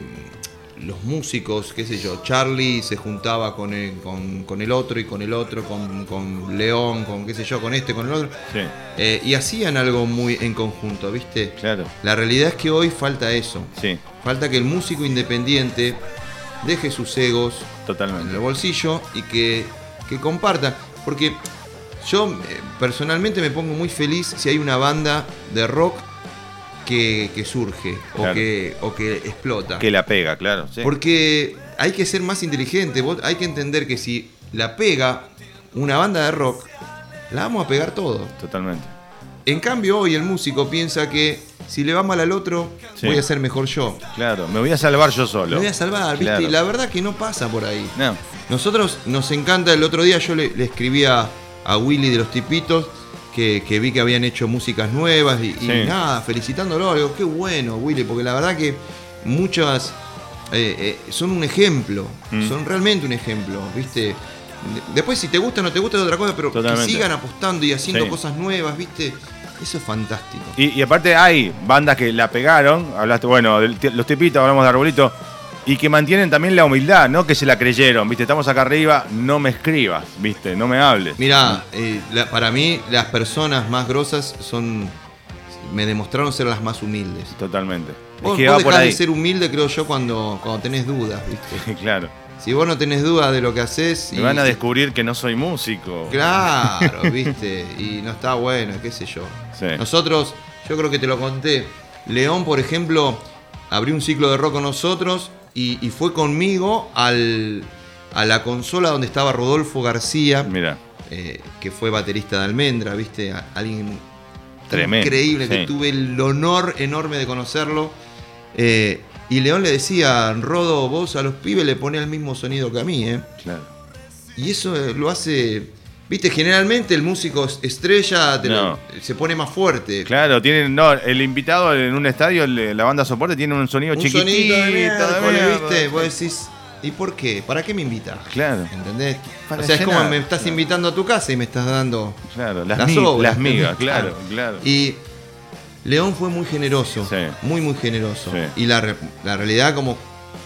los músicos, qué sé yo, Charlie se juntaba con el, con, con el otro y con el otro, con, con León, con qué sé yo, con este, con el otro, Sí, eh, y hacían algo muy en conjunto, ¿viste? claro. La realidad es que hoy falta eso, Sí, falta que el músico independiente deje sus egos en el totalmente. bolsillo y que, que compartan, porque yo eh, personalmente me pongo muy feliz si hay una banda de rock que, que surge Claro. o, que, o que explota. Que la pega, claro. sí. Porque hay que ser más inteligente, vos- hay que entender que si la pega una banda de rock, la vamos a pegar todo. Totalmente. En cambio hoy el músico piensa que si le va mal al otro, Sí. voy a ser mejor yo. Claro, me voy a salvar yo Me solo. voy a salvar, ¿viste? Claro. Y la verdad que no pasa por ahí. No, Nosotros nos encanta, el otro día yo le, le escribí a, a Willy de los Tipitos que, que vi que habían hecho músicas nuevas y, y Sí. nada, felicitándolo. Le digo, qué bueno, Willy, porque la verdad que muchas eh, eh, son un ejemplo, Mm. son realmente un ejemplo, ¿viste? De- Después, si te gusta o no te gusta es otra cosa, pero Totalmente. que sigan apostando y haciendo Sí. cosas nuevas, ¿viste? Eso es fantástico. Y, y aparte hay bandas que la pegaron, hablaste, bueno, del ti- los tipitos, hablamos de arbolito, y que mantienen también la humildad, ¿no? Que se la creyeron, viste, estamos acá arriba, no me escribas, viste, no me hables. Mira, eh, para mí las personas más grosas son, me demostraron ser las más humildes. Totalmente. Vos, es que vos va por dejás ahí. de ser humilde, creo yo, cuando, cuando tenés dudas, ¿viste? claro. Si vos no tenés dudas de lo que haces Me van a descubrir que no soy músico. Claro, ¿viste? Y no está bueno, qué sé yo. Sí. Nosotros, yo creo que te lo conté. León, por ejemplo, abrió un ciclo de rock con nosotros y, y fue conmigo al, a la consola donde estaba Rodolfo García, Mira, eh, que fue baterista de Almendra, ¿viste? A- Alguien Tremendo, increíble, que sí. tuve el honor enorme de conocerlo. Eh, y León le decía, Rodo, vos a los pibes le pone el mismo sonido que a mí, ¿eh? claro. Y eso eh, lo hace. Viste, generalmente el músico es- estrella te lo- No. se pone más fuerte. Claro, tienen, no, el invitado en un estadio, el- la banda soporte tiene un sonido Un chiquitito. sonido de miércoles, mierda. viste, vos decís, ¿y por qué? ¿Para qué me invitas? Claro. ¿Entendés? Para o sea, es como llenar. me estás invitando a tu casa y me estás dando. Claro, las, Las mi- obras, las migas, ¿entendés? claro, claro. Y León fue muy generoso, Sí. muy, muy generoso. Sí. Y la, re- la realidad, como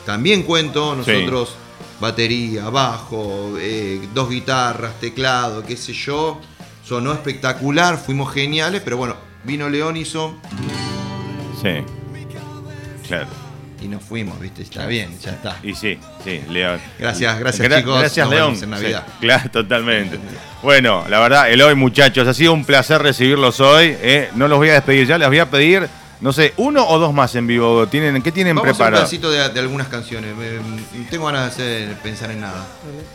también cuento, nosotros, batería, bajo, eh, dos guitarras, teclado, qué sé yo, sonó espectacular, fuimos geniales, pero bueno, vino León, hizo Sí. Claro. y nos fuimos, ¿viste? Está bien, ya está. Y sí, sí, León. Gracias, gracias, chicos. Gracias, Nos León. vemos en Navidad. Sí, claro, totalmente. Bueno, la verdad, Eloy, muchachos, ha sido un placer recibirlos hoy. eh. No los voy a despedir ya, les voy a pedir, no sé, uno o dos más en vivo. ¿Tienen, ¿Qué tienen Vamos a preparado? hacer un pedacito de, de algunas canciones. eh, tengo ganas de hacer- pensar en nada.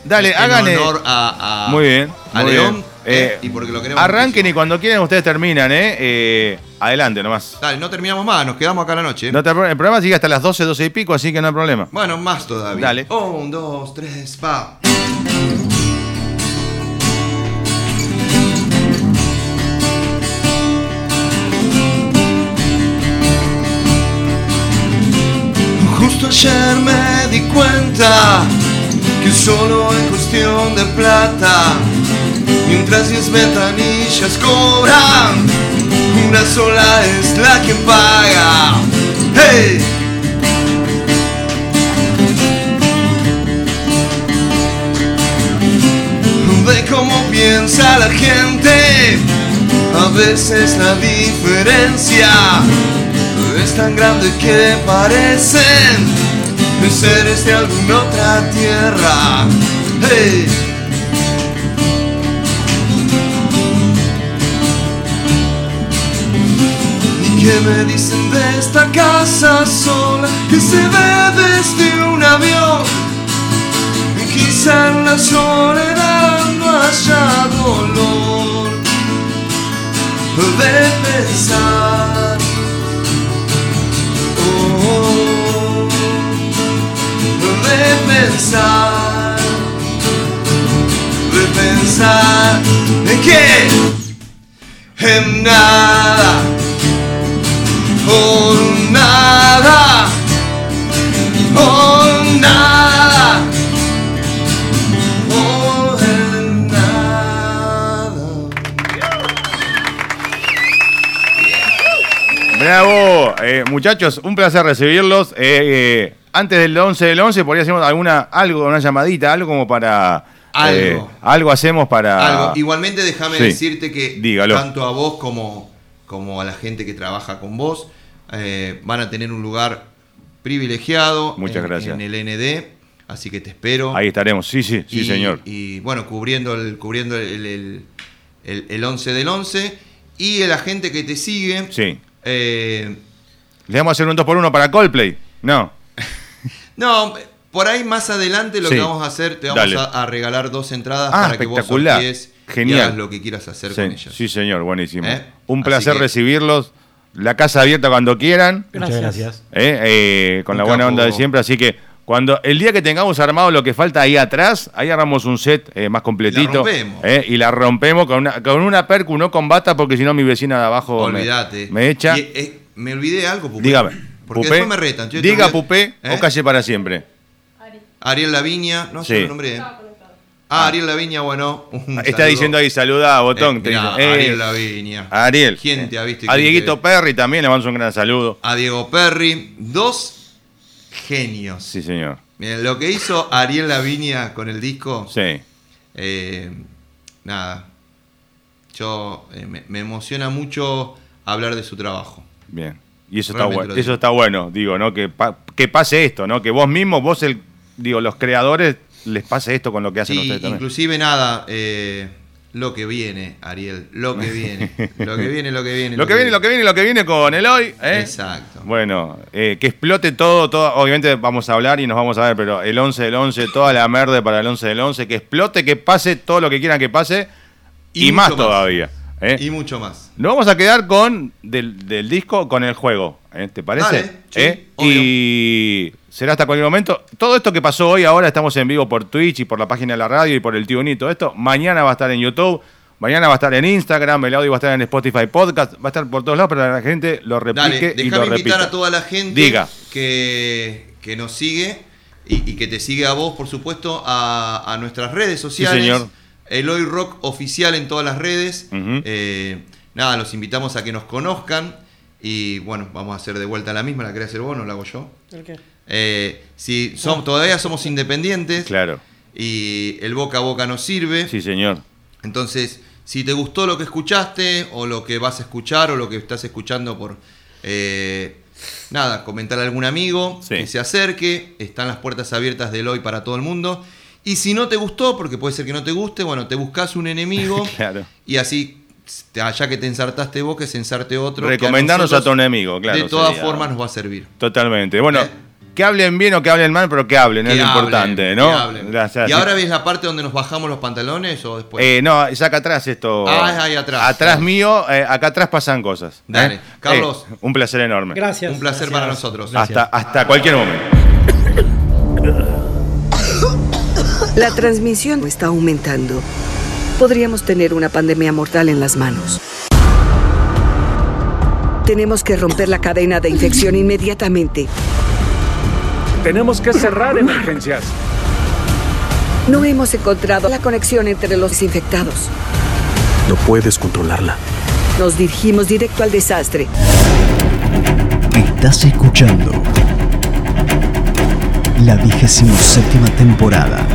Dale, En hagan. eh, honor a, a- Muy bien. a muy León. bien. eh, Eh, y porque lo queremos Arranquen y muchísimo. cuando quieran ustedes terminan, ¿eh? Eh, adelante nomás. Dale, no terminamos más, nos quedamos acá la noche. ¿eh? No te- el programa sigue hasta las 12, 12 y pico, así que no hay problema. Bueno, más todavía. Dale. Un, dos, tres, pa. Justo ayer me di cuenta que solo en cuestión de plata, mientras diez ventanillas cobran, una sola es la que paga. ¡Hey! de cómo piensa la gente. A veces la diferencia es tan grande que parecen seres de alguna otra tierra. Hey. ¿Y qué me dicen de esta casa sola que se ve desde un avión? Quizá en la soledad no haya dolor de pensar. Oh, de pensar, de pensar en qué, en nada, oh, por nada, oh, por nada, por el nada. Bravo, Eh, muchachos, un placer recibirlos. Eh, eh, antes del 11 del 11, por ahí hacemos alguna, algo, una llamadita, algo como para. eh, Algo. algo hacemos para. Algo. Igualmente, déjame Ah. Sí. decirte que Dígalo. tanto a vos como, como a la gente que trabaja con vos eh, van a tener un lugar privilegiado Muchas en, gracias. en el ND. Así que te espero. Ahí estaremos, sí, sí, sí, y, señor. Y bueno, cubriendo el, cubriendo el, el, el- el 11 del 11. Y la gente que te sigue. Sí. eh, ¿Le vamos a hacer un 2x1 para Coldplay? No. no, por ahí más adelante lo Sí. que vamos a hacer, te vamos Dale. a, a regalar dos entradas Ah, para que vos espectacular. sortees Genial. y hagas lo que quieras hacer con Sí, ellas. sí, señor, buenísimo. ¿Eh? Un Así placer que- recibirlos. La casa abierta cuando quieran. Muchas gracias. ¿eh? Eh, con Un la buena capo. onda de siempre. Así que cuando el día que tengamos armado lo que falta ahí atrás, ahí armamos un set eh, más completito. rompemos. ¿eh? y la rompemos con una, con una percu, no con bata, porque si no mi vecina de abajo me- Olvídate. Me, echa. Y, eh, me olvidé algo, Pupé. Dígame. Porque Pupé, después me retan. Yo te diga voy a- Pupé ¿Eh? o calle para siempre. Ariel Laviña. No sé Sí. el nombre. ¿eh? Ah, Ariel Laviña, bueno. un Está saludo. diciendo ahí, saluda a Eh, Botón. te mirá, dice, eh, Ariel Laviña. Ariel. Eh, ¿Quién te ha visto? y A quién te Dieguito ve? Perry también le mando un gran saludo. A Diego Perry. Dos genios. Sí, señor. Miren, lo que hizo Ariel Laviña con el disco. Sí. eh, nada. Yo eh, me- me emociona mucho hablar de su trabajo. Bien. Y eso Realmente está bueno. lo digo. Eso está bueno, digo, ¿no? Que, pa- que pase esto, ¿no? Que vos mismo, vos el, digo, los creadores les pase esto con lo que hacen Sí, ustedes también. inclusive nada, eh, lo que viene, Ariel, lo que viene, lo que viene, lo que viene. Lo que viene, lo que viene, lo que viene con el hoy, ¿eh? Exacto. Bueno, eh, que explote todo, todo, obviamente vamos a hablar y nos vamos a ver, pero el 11 del 11, toda la merde para el 11 del 11, que explote, que pase todo lo que quieran que pase y, Y más, mucho más. todavía. ¿eh? Y mucho más. Nos vamos a quedar con del, del disco, con el juego. ¿eh? ¿Te parece? Dale, sí, ¿Eh? obvio. Y será hasta cualquier momento. Todo esto que pasó hoy, ahora estamos en vivo por Twitch y por la página de la radio y por el tío Nito. Esto mañana va a estar en YouTube. Mañana va a estar en Instagram, el audio va a estar en Spotify Podcast, va a estar por todos lados para que la gente lo replique Dale, y lo déjame invitar repita. a toda la gente Diga. Que, que nos sigue y, y que te sigue a vos, por supuesto, a, a nuestras redes sociales. señor. El Hoy Rock oficial en todas las redes. Ujú. Eh, nada, los invitamos a que nos conozcan. Y bueno, vamos a hacer de vuelta la misma. ¿La querés hacer vos o no la hago yo? ¿El qué? Eh, si som- todavía somos independientes. Claro, y el boca a boca nos sirve. sí señor. Entonces, si te gustó lo que escuchaste o lo que vas a escuchar o lo que estás escuchando por... eh, nada, comentar a algún amigo Sí. que se acerque. Están las puertas abiertas del hoy para todo el mundo. Y si no te gustó, porque puede ser que no te guste, bueno, te buscas un enemigo Claro. y así... te- Allá que te ensartaste vos, que se ensarte otro. que a Recomendarnos a, nosotros, tu enemigo, claro. De todas sería- formas nos va a servir. Totalmente. Bueno, ¿Eh? que hablen bien o que hablen mal, pero que hablen, es Que lo hablen, importante, que ¿no? hablen. O sea, ¿Y si- ahora ves la parte donde nos bajamos los pantalones o después? Eh, no, saca atrás esto. Pues- Ah, es ahí atrás. Dale. mío, eh, acá atrás pasan cosas. Dale. ¿eh? Carlos. Eh, un placer enorme. Gracias. Un placer para gracias. nosotros. Eh, Hasta, hasta cualquier momento. La transmisión está aumentando. Podríamos tener una pandemia mortal en las manos. Tenemos que romper la cadena de infección inmediatamente. Tenemos que cerrar emergencias. No hemos encontrado la conexión entre los infectados. No puedes controlarla. Nos dirigimos directo al desastre. Estás escuchando la vigésima séptima temporada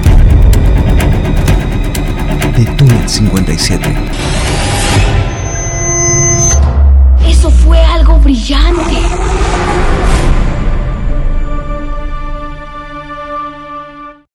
de Túnel 57. Eso fue algo brillante.